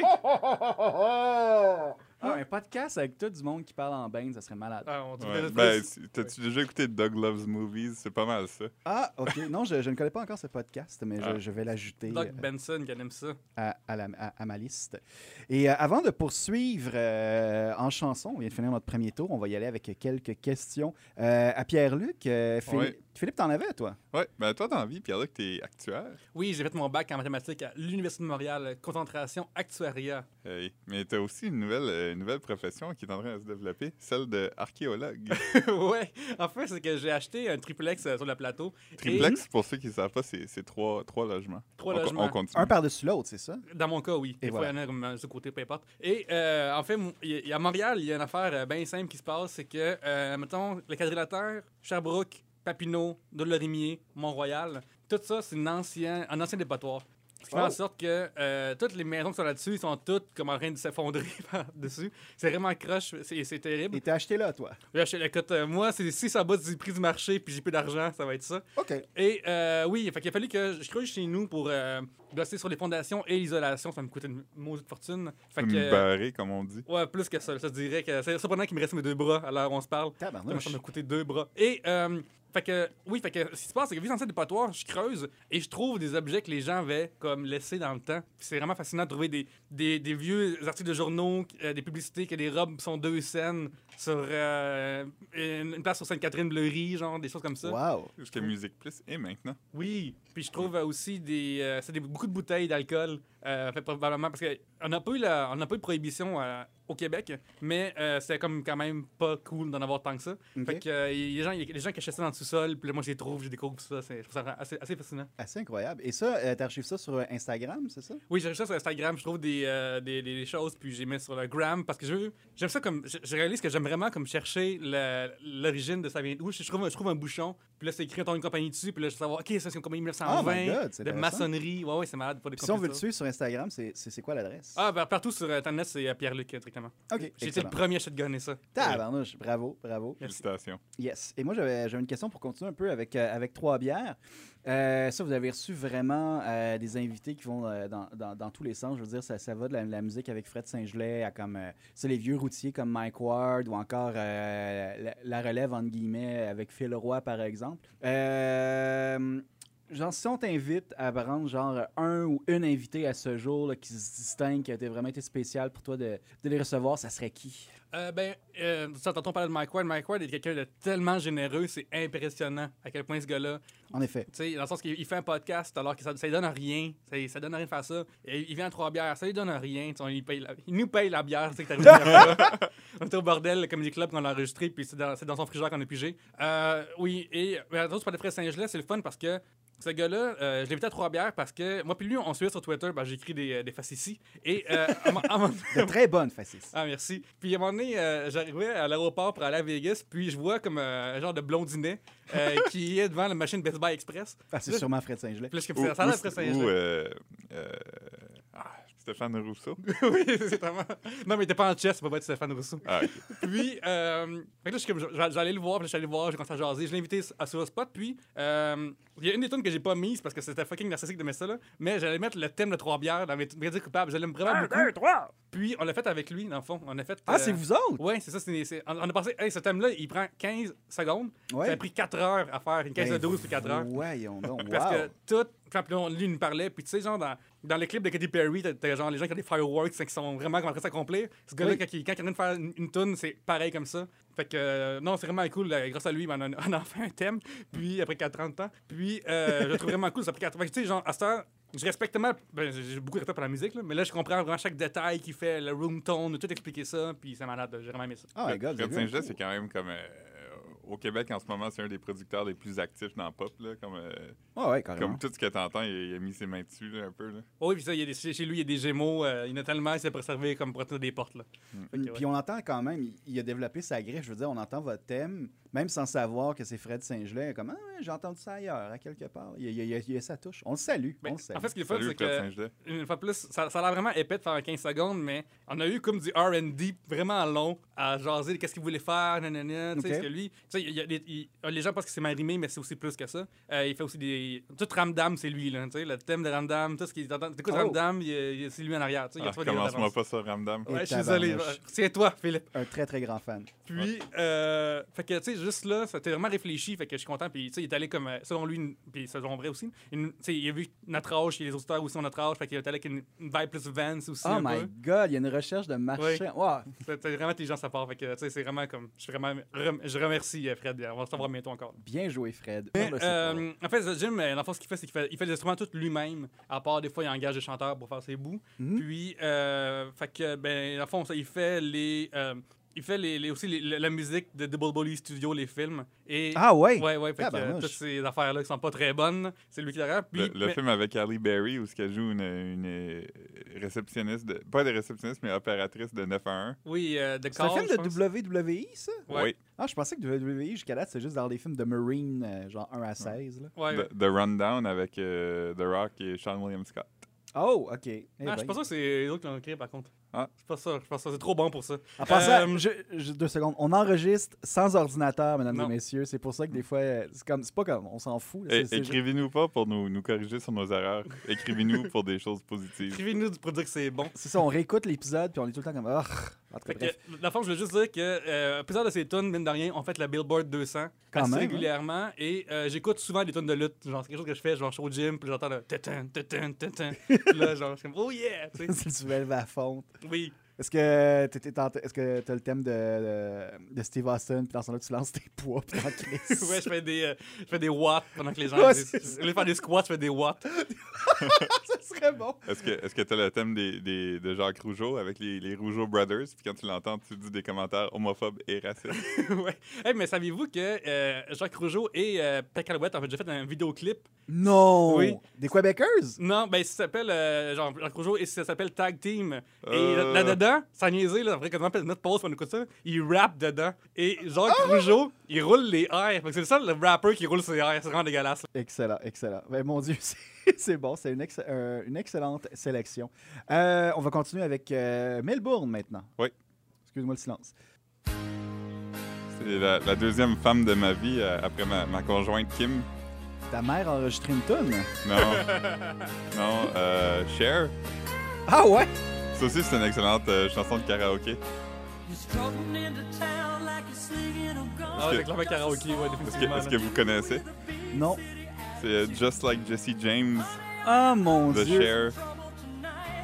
Speaker 3: Ah, mais podcast avec tout du monde qui parle en bain, ça serait malade.
Speaker 4: Ah, on- tu
Speaker 1: Ouais,
Speaker 4: voulais-
Speaker 1: ben, si- T'as-tu déjà écouté Doug Loves Movies? C'est pas mal ça.
Speaker 3: Ah, ok. Non, je, je ne connais pas encore ce podcast, mais je,
Speaker 1: Ah.
Speaker 3: je vais l'ajouter
Speaker 4: Doc
Speaker 3: euh,
Speaker 4: Benson, qui aime ça.
Speaker 3: à, à la- à- à ma liste. Et euh, avant de poursuivre euh, en chanson, on vient de finir notre premier tour, on va y aller avec quelques questions Euh, à Pierre-Luc. euh, Philippe,
Speaker 1: Ouais.
Speaker 3: Philippe, t'en avais, toi?
Speaker 1: Ouais, ben toi, dans la vie, Pierre-Luc, t'es actuaire.
Speaker 4: Oui, j'ai fait mon bac en mathématiques à l'Université de Montréal, concentration actuariat.
Speaker 1: Hey, Euh, mais t'as aussi une nouvelle, euh, une nouvelle profession qui est en train de se développer, celle de archéologue.
Speaker 4: ouais, en fait, c'est que j'ai acheté un triplex euh, sur le plateau. et
Speaker 1: Triplex, pour ceux qui ne savent pas, c'est c'est trois, trois logements.
Speaker 4: Trois
Speaker 1: On co-
Speaker 4: logements.
Speaker 1: On continue.
Speaker 3: Un par-dessus l'autre, c'est ça?
Speaker 4: Dans mon cas, oui.
Speaker 3: Et
Speaker 4: Des fois,
Speaker 3: voilà.
Speaker 4: il y en a comme, euh, ce côté, peu importe. Et euh, en fait, m- il y a- à Montréal, il y a une affaire euh, bien simple qui se passe c'est que, euh, mettons, le quadrilatère, Sherbrooke, Papineau, Dolorimier, Mont-Royal, tout ça, c'est un ancien, un ancien dépotoir. Ce qui fait
Speaker 3: Oh.
Speaker 4: en sorte que euh, toutes les maisons qui sont là-dessus sont toutes comme en train de s'effondrer par-dessus. C'est vraiment croche, c'est c'est terrible.
Speaker 3: Et t'as acheté là, toi?
Speaker 4: Là, je- écoute, euh, moi, c'est si ça bat du prix du marché puis j'ai plus d'argent, ça va être ça.
Speaker 3: OK.
Speaker 4: Et euh, oui, fait qu'il a fallu que je creuse chez nous pour euh, bosser sur les fondations et l'isolation. Ça me coûtait une maudite fortune. Fait que, euh,
Speaker 1: Une barrée, comme on dit.
Speaker 4: ouais, plus que ça. Ça je dirais que c'est surprenant qu'il me reste mes deux bras à l'heure où on se parle. Comment
Speaker 3: Tabarnouche.
Speaker 4: ça m'a coûté deux bras. Et, euh, fait que, oui, fait que, ce qui se passe, c'est que, vu dans cette dépotoir, je creuse et je trouve des objets que les gens avaient, comme, laissés dans le temps. Puis c'est vraiment fascinant de trouver des, des, des vieux articles de journaux, euh, des publicités, que des robes sont deux scènes sur euh, une, une place sur Sainte-Catherine-Bleury, genre, des choses comme ça.
Speaker 3: Wow.
Speaker 1: Jusqu'à Musique Plus et maintenant.
Speaker 4: Oui, puis je trouve euh, aussi des, euh, c'est des- beaucoup de bouteilles d'alcool, euh, fait probablement parce qu'on n'a pas eu la, on n'a pas eu de prohibition euh, au Québec, mais euh, c'était comme quand même pas cool d'en avoir tant que ça.
Speaker 3: Ok.
Speaker 4: Fait que euh, y- les gens, y- les gens qui achètent ça dans le sous-sol, puis là, moi je les trouve, je découvre tout ça, c'est je trouve ça assez, assez fascinant.
Speaker 3: Assez incroyable. Et ça, euh, t'archives ça sur euh, Instagram, c'est ça?
Speaker 4: Oui, j'ai ça sur Instagram, je trouve des, euh, des, des- des choses, puis j'ai mis sur le gram parce que je veux- j'aime ça comme, je, je réalise que j'aime vraiment comme chercher la- l'origine de ça vient d'où. Je, je trouve, un- je trouve un bouchon, puis là c'est écrit dans une compagnie dessus, puis là je veux savoir, ok, ça c'est une compagnie
Speaker 3: Oh my
Speaker 4: 1920.
Speaker 3: God, c'est
Speaker 4: de
Speaker 3: intéressant.
Speaker 4: maçonnerie. Ouais, ouais, c'est malade. Pas de
Speaker 3: Puis si on veut le suivre sur Instagram, c'est- c'est c'est quoi l'adresse?
Speaker 4: Ah, ben, partout sur Internet, c'est euh, Pierre-Luc, euh, directement.
Speaker 3: OK.
Speaker 4: J'ai été
Speaker 3: excellent.
Speaker 4: le premier à shotgunner ça.
Speaker 3: Tabarnouche, bravo, bravo.
Speaker 4: Merci.
Speaker 1: Félicitations.
Speaker 3: Yes. Et moi, j'avais j'avais une question pour continuer un peu avec, euh, avec Trois Bières. Euh, ça, vous avez reçu vraiment euh, des invités qui vont euh, dans, dans- dans tous les sens. Je veux dire, ça, ça va de la, la musique avec Fred Saint-Gelais à comme, euh, c'est les vieux routiers comme Mike Ward ou encore euh, la, la relève, entre guillemets, avec Phil Roy, par exemple. Euh, Genre, si on t'invite à prendre genre un ou une invitée à ce jour là, qui se distingue, qui a été vraiment été spécial pour toi de, de les recevoir, ça serait qui?
Speaker 4: Euh, ben, euh, ça, t'entends parler de Mike Ward. Mike Ward est quelqu'un de tellement généreux, c'est impressionnant à quel point ce gars-là,
Speaker 3: En effet.
Speaker 4: tu sais, dans le sens qu'il il fait un podcast alors que ça, ça lui donne rien. Ça, ça donne rien de faire ça. Et il vient à trois bières, ça lui donne rien. Tu sais, On, lui paye la- il nous paye la bière, c'est que t'as vu la dernière fois. On était au bordel, le Comedy Club qu'on a enregistré, puis c'est dans, c'est dans son frigeur qu'on a pigé. Euh, oui, et ben, à cause de Fred Saint-Gelais, c'est le fun parce que Ce gars-là, euh, je l'ai invité à Trois-Bières parce que moi puis lui, on se suivait sur Twitter, ben, j'écris des, euh, des facéties. Et euh, à un moment- à un moment-
Speaker 3: De très bonne faciès.
Speaker 4: Ah, merci. Puis à un moment donné, euh, j'arrivais à l'aéroport pour aller à Vegas, puis je vois comme euh, un genre de blondinet euh, qui est devant la machine Best Buy Express.
Speaker 3: Ah, c'est sûrement Fred Saint-Gelais.
Speaker 4: Puis là, je suis
Speaker 1: Ou,
Speaker 4: comme, ça a l'air
Speaker 1: ou-
Speaker 4: très
Speaker 1: ou,
Speaker 4: Saint-Gelais.
Speaker 1: euh, euh, ah, Stéphane Rousseau.
Speaker 4: Oui, c'est vraiment. Non, mais il était pas en chess, ça peut pas être Stéphane Rousseau.
Speaker 1: Ah, ok.
Speaker 4: puis, euh, fait que là, je suis comme, j'a- j'allais le voir, puis là, je suis allé le voir, j'ai commencé à jaser. Je l'ai invité à sur le spot, puis euh, il y a une des tunes que j'ai pas mise parce que c'était fucking narcissique de mettre ça là, mais j'allais mettre le thème de trois bières dans mes mes plaisirs coupables. Je l'aime vraiment
Speaker 2: Ah,
Speaker 4: beaucoup. Puis, on l'a fait avec lui, dans le fond. On a fait.
Speaker 3: Ah, c'est
Speaker 4: euh,
Speaker 3: vous autres?
Speaker 4: Ouais, c'est ça. c'est- c'est- on, on a pensé, hey, ce thème-là, il prend 15 secondes.
Speaker 3: Ouais.
Speaker 4: Ça a pris 4 heures à faire, une 15 de
Speaker 3: Ben,
Speaker 4: 12 puis 4 heures.
Speaker 3: Voyons donc, wow.
Speaker 4: Parce que tout. Puis là, on- lui, il nous parlait. Puis tu sais, genre, dans, dans les clips de Katy Perry, t'as- t'as genre les gens qui ont des fireworks hein, qui sont vraiment en train de s'accomplir. Ce gars-là,
Speaker 3: Oui.
Speaker 4: quand, il- quand il est en train de faire une, une tune, c'est pareil comme ça. Fait que, euh, non, c'est vraiment cool. là, grâce à lui, ben, on a, on a fait un thème. Puis après 40 ans. Puis euh, je le trouve vraiment cool. Ça a pris 4 Tu sais, genre, à cette heure. Je respecte tellement, ben, j'ai j'ai beaucoup de respect pour la musique, là, mais là je comprends vraiment chaque détail qui fait, le room tone, tout expliquer ça, puis c'est malade, j'ai vraiment aimé ça.
Speaker 3: Ah, my God, vous
Speaker 1: Fred
Speaker 3: avez vu un
Speaker 1: Saint-Gelais,
Speaker 3: coup.
Speaker 1: c'est quand même comme. euh, au Québec, en ce moment, c'est un des producteurs les plus actifs dans le pop. Là, comme, euh,
Speaker 3: Ah ouais, carrément.
Speaker 1: comme tout ce que t'entends, il, a- il a mis ses mains dessus là, un peu. Là.
Speaker 4: Oh, oui, puis ça, il y a des- chez chez lui, il y a des gémeaux, euh, il y en a tellement, il s'est préservé comme pour toutes des portes. Là. Fait que, ouais.
Speaker 3: Puis on entend quand même, il- il a développé sa griffe. Je veux dire, on entend votre thème, même sans savoir que c'est Fred Saint-Gelais, comme ah, j'ai entendu ça ailleurs, à quelque part. Il y a, il y a- il y a sa touche. On le salue.
Speaker 4: Ben,
Speaker 3: on le salue.
Speaker 4: en fait, ce qui est fun,
Speaker 1: Salut,
Speaker 4: c'est
Speaker 1: Fred
Speaker 4: que
Speaker 1: Saint-Gelais.
Speaker 4: une fois de plus, ça, ça a l'air vraiment épais de faire un 15 secondes, mais on a eu comme du R&D vraiment long à jaser de qu'est-ce qu'il voulait faire, nanana, tu sais,
Speaker 3: Ok.
Speaker 4: parce que lui, tu sais, il y a des- il- ah, les gens pensent que c'est marimé, mais c'est aussi plus que ça. Euh, il fait aussi des... Tout Ramdam, c'est lui, là, tu sais, le thème de Ramdam, tout ce qui t'entends- t'écoutes
Speaker 3: Oh.
Speaker 4: Ramdam, il- il- c'est lui en arrière, tu sais, il
Speaker 1: Ah,
Speaker 4: reçoit des notes
Speaker 1: Commence-moi
Speaker 4: d'avance. Oh,
Speaker 1: pas ça, Ramdam.
Speaker 4: Ouais, je suis
Speaker 3: Et
Speaker 4: désolé,
Speaker 3: tabarnouche.
Speaker 4: c'est toi, Philippe.
Speaker 3: Un très, très grand fan.
Speaker 4: Puis, euh, fait que, tu sais, juste là, ça t'est vraiment réfléchi, fait que je suis content. Puis, tu sais, il est allé comme, euh, selon lui, une- puis selon vrai aussi, une- tu sais, il a vu notre âge, et les auditeurs aussi ont notre âge, fait qu'il est allé avec une, une vibe plus Vance aussi.
Speaker 3: Oh
Speaker 4: un
Speaker 3: my
Speaker 4: peu.
Speaker 3: God, il y a une recherche de marché. Wow.
Speaker 4: C'est c'est vraiment intelligent sa part, fait que, tu sais, c'est vraiment comme, je suis vraiment, rem- je remercie euh, Fred, on va se revoir bientôt encore.
Speaker 3: Bien joué, Fred.
Speaker 4: Mais, euh, en fait, Jim, euh, dans le fond, ce qu'il fait, c'est qu'il fait, il fait les instruments tout lui-même, à part des fois, il engage des chanteurs pour faire ses bouts.
Speaker 3: Mhm.
Speaker 4: Puis, euh, fait que, ben, dans le fond, ça, il fait les. euh, il fait les, les- aussi les- la la musique de Double Bully Studio, les films. Et,
Speaker 3: Ah ouais?
Speaker 4: Ouais, ouais, fait que, euh,
Speaker 3: Tabarnouche.
Speaker 4: toutes ces affaires-là qui sont pas très bonnes, c'est lui qui l'a Puis,
Speaker 1: Le, le
Speaker 4: mais-
Speaker 1: film avec Ali Berry où ce qu'elle joue une, une, euh, réceptionniste, de- pas de réceptionniste, mais opératrice de 911.
Speaker 4: Oui, euh, The
Speaker 3: C'est un
Speaker 4: Call,
Speaker 3: film
Speaker 4: je pense.
Speaker 3: de WWE, ça?
Speaker 4: Ouais.
Speaker 1: Oui.
Speaker 3: Ah, je pensais que WWE, jusqu'à date, c'est juste dans les films de Marine, euh, genre 1 à 16. Là.
Speaker 4: Ouais, ouais.
Speaker 1: The, The Rundown avec euh, The Rock et Sean William Scott.
Speaker 3: Oh, OK. Eh
Speaker 4: Ah, je
Speaker 3: ben.
Speaker 4: suis pas sûr que c'est les autres qui l'ont créé, par contre.
Speaker 1: Ah.
Speaker 4: Je suis pas sûr, je suis pas sûr. C'est trop bon pour ça.
Speaker 3: En passant,
Speaker 4: Euh,
Speaker 3: je- je- deux secondes. On enregistre sans ordinateur, mesdames
Speaker 4: Non.
Speaker 3: et messieurs. C'est pour ça que des fois, euh, c'est comme, c'est pas comme, on s'en fout. là,
Speaker 1: É-
Speaker 3: c'est- c'est-
Speaker 1: Écrivez-nous pas pour nous, nous corriger sur nos erreurs. Écrivez-nous pour des choses positives.
Speaker 4: Écrivez-nous pour dire que c'est bon.
Speaker 3: C'est ça, on réécoute l'épisode puis on est tout le temps comme, ah, en tout cas,
Speaker 4: Fait
Speaker 3: bref.
Speaker 4: que, dans le fond, je voulais juste dire que euh, plusieurs de ces tunes, mine de rien, ont fait la Billboard 200
Speaker 3: Quand
Speaker 4: assez
Speaker 3: même, hein.
Speaker 4: régulièrement. Et euh, j'écoute souvent des tunes de lutte. Genre, c'est quelque chose que je fais. Genre, je suis au gym, puis j'entends le tétin, tétin, tétin. Puis là, genre, je suis comme, oh yeah! tu sais.
Speaker 3: si tu veux lever la fonte.
Speaker 4: Oui.
Speaker 3: Est-ce que t'étais tenté- est-ce que t'as le thème de, de, de Steve Austin puis dans son là tu lances tes poids puis t'en crisses?
Speaker 4: ouais, je fais des, euh, je fais des watts pendant que les gens.
Speaker 3: Ouais,
Speaker 4: disent-
Speaker 3: c'est ça.
Speaker 4: Au lieu de faire des squats, je fais des watts.
Speaker 3: ça serait bon.
Speaker 1: Est-ce que est-ce que t'as le thème des, des- de Jacques Rougeau avec les, les Rougeau Brothers? Puis quand tu l'entends, tu dis des commentaires homophobes et racistes.
Speaker 4: ouais. Hey, mais saviez-vous que euh, Jacques Rougeau et euh, Pec Alouette ont déjà fait un vidéoclip?
Speaker 3: Non.
Speaker 4: Oui.
Speaker 3: Des Québecers?
Speaker 4: Non, ben, ça s'appelle. euh, genre, Jacques Rougeau, et ça s'appelle Tag Team. Et
Speaker 1: Euh.
Speaker 4: là- là-dedans, ça niaisé, là, après, quand on fait notre pause, on écoute ça, il rappe dedans. Et Jacques
Speaker 1: Ah!
Speaker 4: Rougeau, il roule les airs. Fait que c'est le seul rappeur qui roule ses airs. C'est vraiment dégueulasse. là.
Speaker 3: Excellent, excellent. Ben, mon Dieu, c'est- c'est bon, c'est une, ex- euh, une excellente sélection. Euh, on va continuer avec euh, Melbourne maintenant.
Speaker 1: Oui.
Speaker 3: Excuse-moi le silence.
Speaker 1: C'est la, la deuxième femme de ma vie euh, après ma, ma conjointe Kim.
Speaker 3: Ta mère a enregistré une tonne.
Speaker 1: Non. non. Euh, Cher.
Speaker 3: Ah ouais?
Speaker 1: Ça aussi, c'est une excellente euh, chanson de karaoké.
Speaker 5: You're strolling into town like you're singing a gone.
Speaker 4: Ah, c'est clairement karaoké, ouais,
Speaker 1: Est-ce que,
Speaker 4: définitivement.
Speaker 1: est-ce que vous connaissez?
Speaker 3: Non.
Speaker 1: C'est euh, Just Like Jesse James
Speaker 3: Ah mon
Speaker 1: de
Speaker 3: Dieu.
Speaker 1: Cher.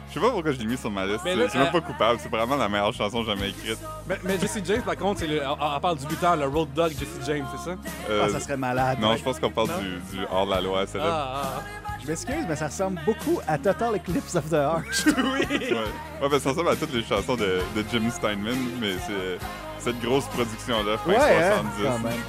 Speaker 1: Je sais pas pourquoi je l'ai mis sur ma liste.
Speaker 4: Mais
Speaker 1: C'est
Speaker 4: là,
Speaker 1: c'est même pas
Speaker 4: euh,
Speaker 1: coupable. C'est vraiment la meilleure chanson jamais écrite.
Speaker 3: Ah,
Speaker 4: Mais, mais Jesse James, par contre, c'est le, on, on parle du buteur, le road dog Jesse James, c'est ça?
Speaker 1: Euh,
Speaker 3: Ah, ça serait malade.
Speaker 1: non, je pense qu'on parle du, du hors-la-loi, celle-là.
Speaker 4: Ah,
Speaker 3: Je m'excuse, mais ça ressemble beaucoup à Total Eclipse of the Heart.
Speaker 4: ah, oui!
Speaker 1: Ouais. ouais, ben ça ressemble à toutes les chansons de, de Jim Steinman, mais c'est cette grosse production-là, fin
Speaker 3: ouais, hein,
Speaker 1: 70.
Speaker 3: quand même.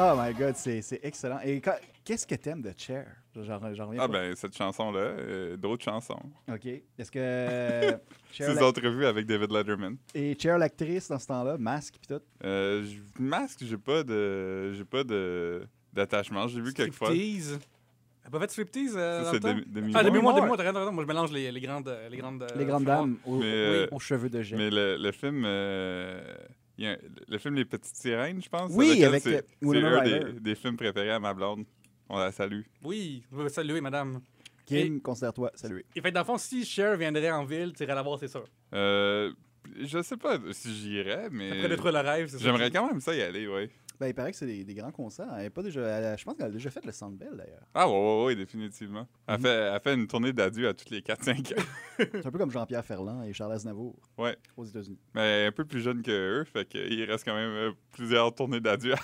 Speaker 3: Oh my God, c'est c'est excellent. Et quand- qu'est-ce que t'aimes de Cher? J'en j'en reviens
Speaker 1: Ah
Speaker 3: pas.
Speaker 1: ben, cette chanson-là, euh, d'autres chansons.
Speaker 3: OK. Est-ce que euh, Cher,
Speaker 1: Ses
Speaker 3: la-
Speaker 1: autres revues avec David Letterman.
Speaker 3: et Cher l'actrice dans ce temps-là, masque pis tout?
Speaker 1: Euh, je- masque, j'ai pas de... J'ai pas de... D'attachement, j'ai vu quelquefois.
Speaker 4: Striptease. Elle peut faire du striptease
Speaker 1: Ça,
Speaker 4: euh, dans
Speaker 1: c'est
Speaker 4: le temps?
Speaker 1: demi- demi-
Speaker 4: Ah,
Speaker 3: Demi
Speaker 4: demi-mois,
Speaker 3: Moore.
Speaker 4: demi-mois, t'as raison, t'as raison. Moi, je mélange les, les grandes... euh, Les grandes, euh,
Speaker 3: Les grandes
Speaker 4: fleurs.
Speaker 3: dames aux,
Speaker 1: Mais, euh,
Speaker 3: aux cheveux de jet.
Speaker 1: Mais le, le film. euh, il y a un- le film Les Petites Sirènes, je pense.
Speaker 3: Oui,
Speaker 1: elle,
Speaker 3: avec, euh,
Speaker 1: C'est c'est
Speaker 3: Winona
Speaker 1: un
Speaker 3: Ryder.
Speaker 1: des, des films préférés à ma blonde. On la salue.
Speaker 4: Oui, je veux saluer, madame.
Speaker 3: Kim, considère-toi salué.
Speaker 4: Et fait, que dans le fond, si Cher viendrait en ville, tu irais la voir, c'est sûr.
Speaker 1: Euh, je sais pas si j'irais,
Speaker 4: Après
Speaker 1: mais.
Speaker 4: détruire le rêve, c'est sûr.
Speaker 1: Euh, J'aimerais quand même ça y aller, oui.
Speaker 3: Ben, il paraît que c'est des, des grands concerts. Elle est pas déjà, elle- je pense qu'elle a déjà fait le Sandbell, d'ailleurs.
Speaker 1: Ah, ouais, ouais, ouais, définitivement. Elle,
Speaker 3: Mhm.
Speaker 1: fait, elle fait une tournée d'adieu à toutes les 4-5 ans.
Speaker 3: C'est un peu comme Jean-Pierre Ferland et Charles Aznavour
Speaker 1: Ouais.
Speaker 3: aux États-Unis.
Speaker 1: Mais elle est un peu plus jeune que eux, fait qu'il reste quand même euh, plusieurs tournées d'adieu à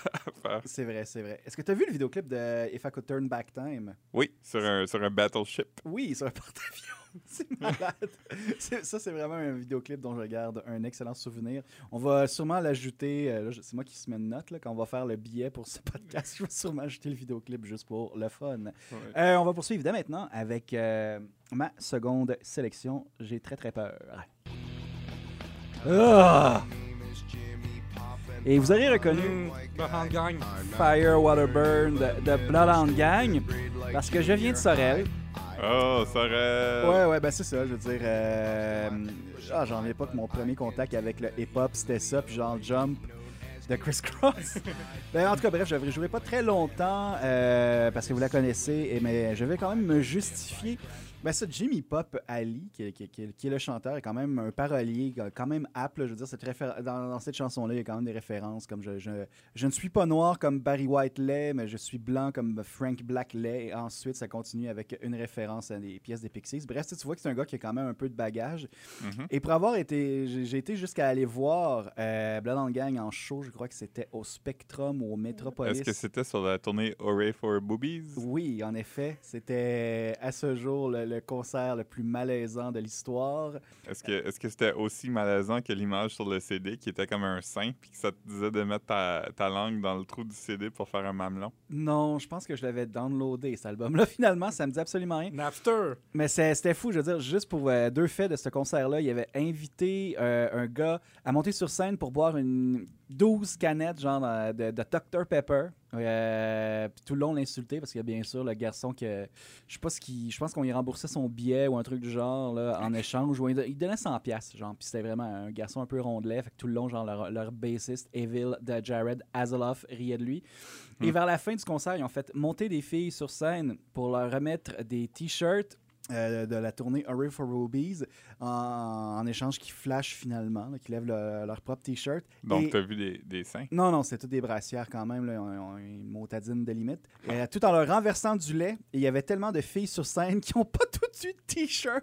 Speaker 1: faire.
Speaker 3: C'est vrai, c'est vrai. Est-ce que tu as vu le vidéoclip de If I Could Turn Back Time?
Speaker 1: Oui, sur un, sur un battleship.
Speaker 3: Oui, sur un porte-avions. C'est malade. C'est- ça, c'est vraiment un vidéoclip dont je garde un excellent souvenir. On va sûrement l'ajouter. euh, là, je- c'est moi qui se mets une note. Là, quand on va faire le billet pour ce podcast, je vais sûrement ajouter le vidéoclip juste pour le fun.
Speaker 1: Ouais.
Speaker 3: Euh, on va poursuivre dès maintenant avec euh, ma seconde sélection. J'ai très, très peur. Ah! Et vous aurez reconnu
Speaker 4: Hum, on gagne.
Speaker 3: Fire Water Burn de, de Bloodhound Gang parce que je viens de Sorel.
Speaker 1: Oh, Sorel!
Speaker 3: Ouais, ouais, ben c'est ça, je veux dire. euh, Ah, j'en viens pas que mon premier contact avec le hip-hop, c'était ça, puis genre le jump de Chris Cross. ben, en tout cas, bref, je ne jouerai pas très longtemps euh, parce que vous la connaissez, et, mais je vais quand même me justifier. Ben ça, Jimmy Pop Ali, qui, qui- qui- qui est le chanteur, est quand même un parolier, quand même apple. Je veux dire, cette réfé- dans, dans cette chanson-là, il y a quand même des références comme je, je, je ne suis pas noir comme Barry White l'est, mais je suis blanc comme Frank Black l'est. Et ensuite, ça continue avec une référence à des pièces des Pixies. Bref, tu sais, tu vois que c'est un gars qui a quand même un peu de bagage.
Speaker 1: Mm-hmm.
Speaker 3: Et pour avoir été, j'ai j'ai été jusqu'à aller voir euh, Blood and Gang en show, je crois que c'était au Spectrum ou au Metropolis.
Speaker 1: Est-ce que c'était sur la tournée Hooray for Boobies?
Speaker 3: Oui, en effet, c'était à ce jour le, le concert le plus malaisant de l'histoire.
Speaker 1: Est-ce que est-ce que c'était aussi malaisant que l'image sur le CD qui était comme un sein puis que ça te disait de mettre ta, ta langue dans le trou du CD pour faire un mamelon?
Speaker 3: Non, je pense que je l'avais downloadé, cet album-là. Finalement, ça me dit absolument rien.
Speaker 4: Napster.
Speaker 3: Mais c'est- c'était fou, je veux dire, juste pour euh, deux faits de ce concert-là, il avait invité euh, un gars à monter sur scène pour boire une 12 canettes genre euh, de, de Dr Pepper. Euh, puis tout le long l'insulter parce qu'il y a bien sûr le garçon que je sais pas ce qu'il- je pense qu'on lui remboursait son billet ou un truc du genre là, en échange ou il don- il donnait 100 pièces genre puis c'était vraiment un garçon un peu rondelet fait que tout le long genre leur, leur bassiste Evil de Jared Hasselhoff riait de lui
Speaker 1: Hmm.
Speaker 3: et vers la fin du concert, ils ont fait monter des filles sur scène pour leur remettre des t-shirts euh, de la tournée Hurry for Rubies en, en échange qui flashent finalement, là, qui lèvent le- leur propre t-shirt.
Speaker 1: Donc,
Speaker 3: Et-
Speaker 1: t'as vu des, des seins?
Speaker 3: non, non, c'est toutes des brassières quand même, là, on- on- une motadine de limite. Euh, tout en leur renversant du lait, et il y avait tellement de filles sur scène qui n'ont pas tout de suite de t-shirt.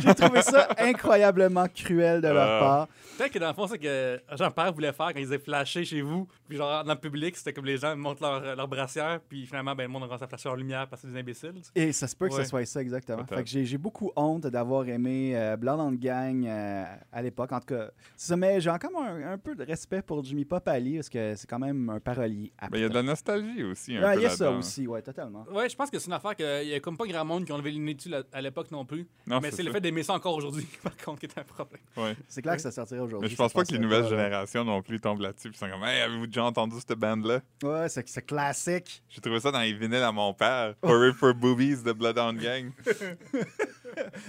Speaker 3: J'ai trouvé ça incroyablement cruel de leur
Speaker 1: Ah.
Speaker 3: part.
Speaker 4: Peut-être que dans le fond, c'est que Jean-Pierre voulait faire quand ils étaient flashés chez vous. Puis genre, dans le public, c'était comme les gens montent leur, leur brassière. Puis finalement, ben, le monde commence à flasher leur lumière parce que c'est des imbéciles.
Speaker 3: Et ça se peut que ce
Speaker 4: Ouais.
Speaker 3: soit ça, exactement.
Speaker 1: Peut-être.
Speaker 3: Fait que j'ai j'ai beaucoup honte d'avoir aimé euh, Blanc dans le Gang euh, à l'époque. En tout cas, c'est ça, mais j'ai encore un, un peu de respect pour Jimmy Pop Ali parce que c'est quand même un parolier.
Speaker 1: Ben, il y a de la nostalgie aussi. Un
Speaker 3: Ouais,
Speaker 1: peu
Speaker 3: Ah, il y a ça
Speaker 1: là-dedans.
Speaker 3: aussi, ouais, totalement.
Speaker 4: Ouais, je pense que c'est une affaire qu'il y a comme pas grand monde qui ont levé le nez dessus là- à l'époque non plus.
Speaker 1: Non,
Speaker 4: mais
Speaker 1: c'est
Speaker 4: c'est le
Speaker 1: ça.
Speaker 4: fait d'aimer ça encore aujourd'hui, par contre, qui est un problème.
Speaker 1: Ouais.
Speaker 3: C'est clair que ça sortirait aujourd'hui.
Speaker 1: Mais je pense pas
Speaker 3: cette
Speaker 1: que les
Speaker 3: chanson-là,
Speaker 1: nouvelles
Speaker 3: là.
Speaker 1: générations non plus tombent là-dessus puis sont comme Hey, avez-vous déjà entendu cette bande-là?
Speaker 3: Ouais, c'est c'est classique.
Speaker 1: J'ai trouvé ça dans les vinyles à mon père.
Speaker 3: Oh.
Speaker 1: Hooray for Boobies de Bloodhound Gang.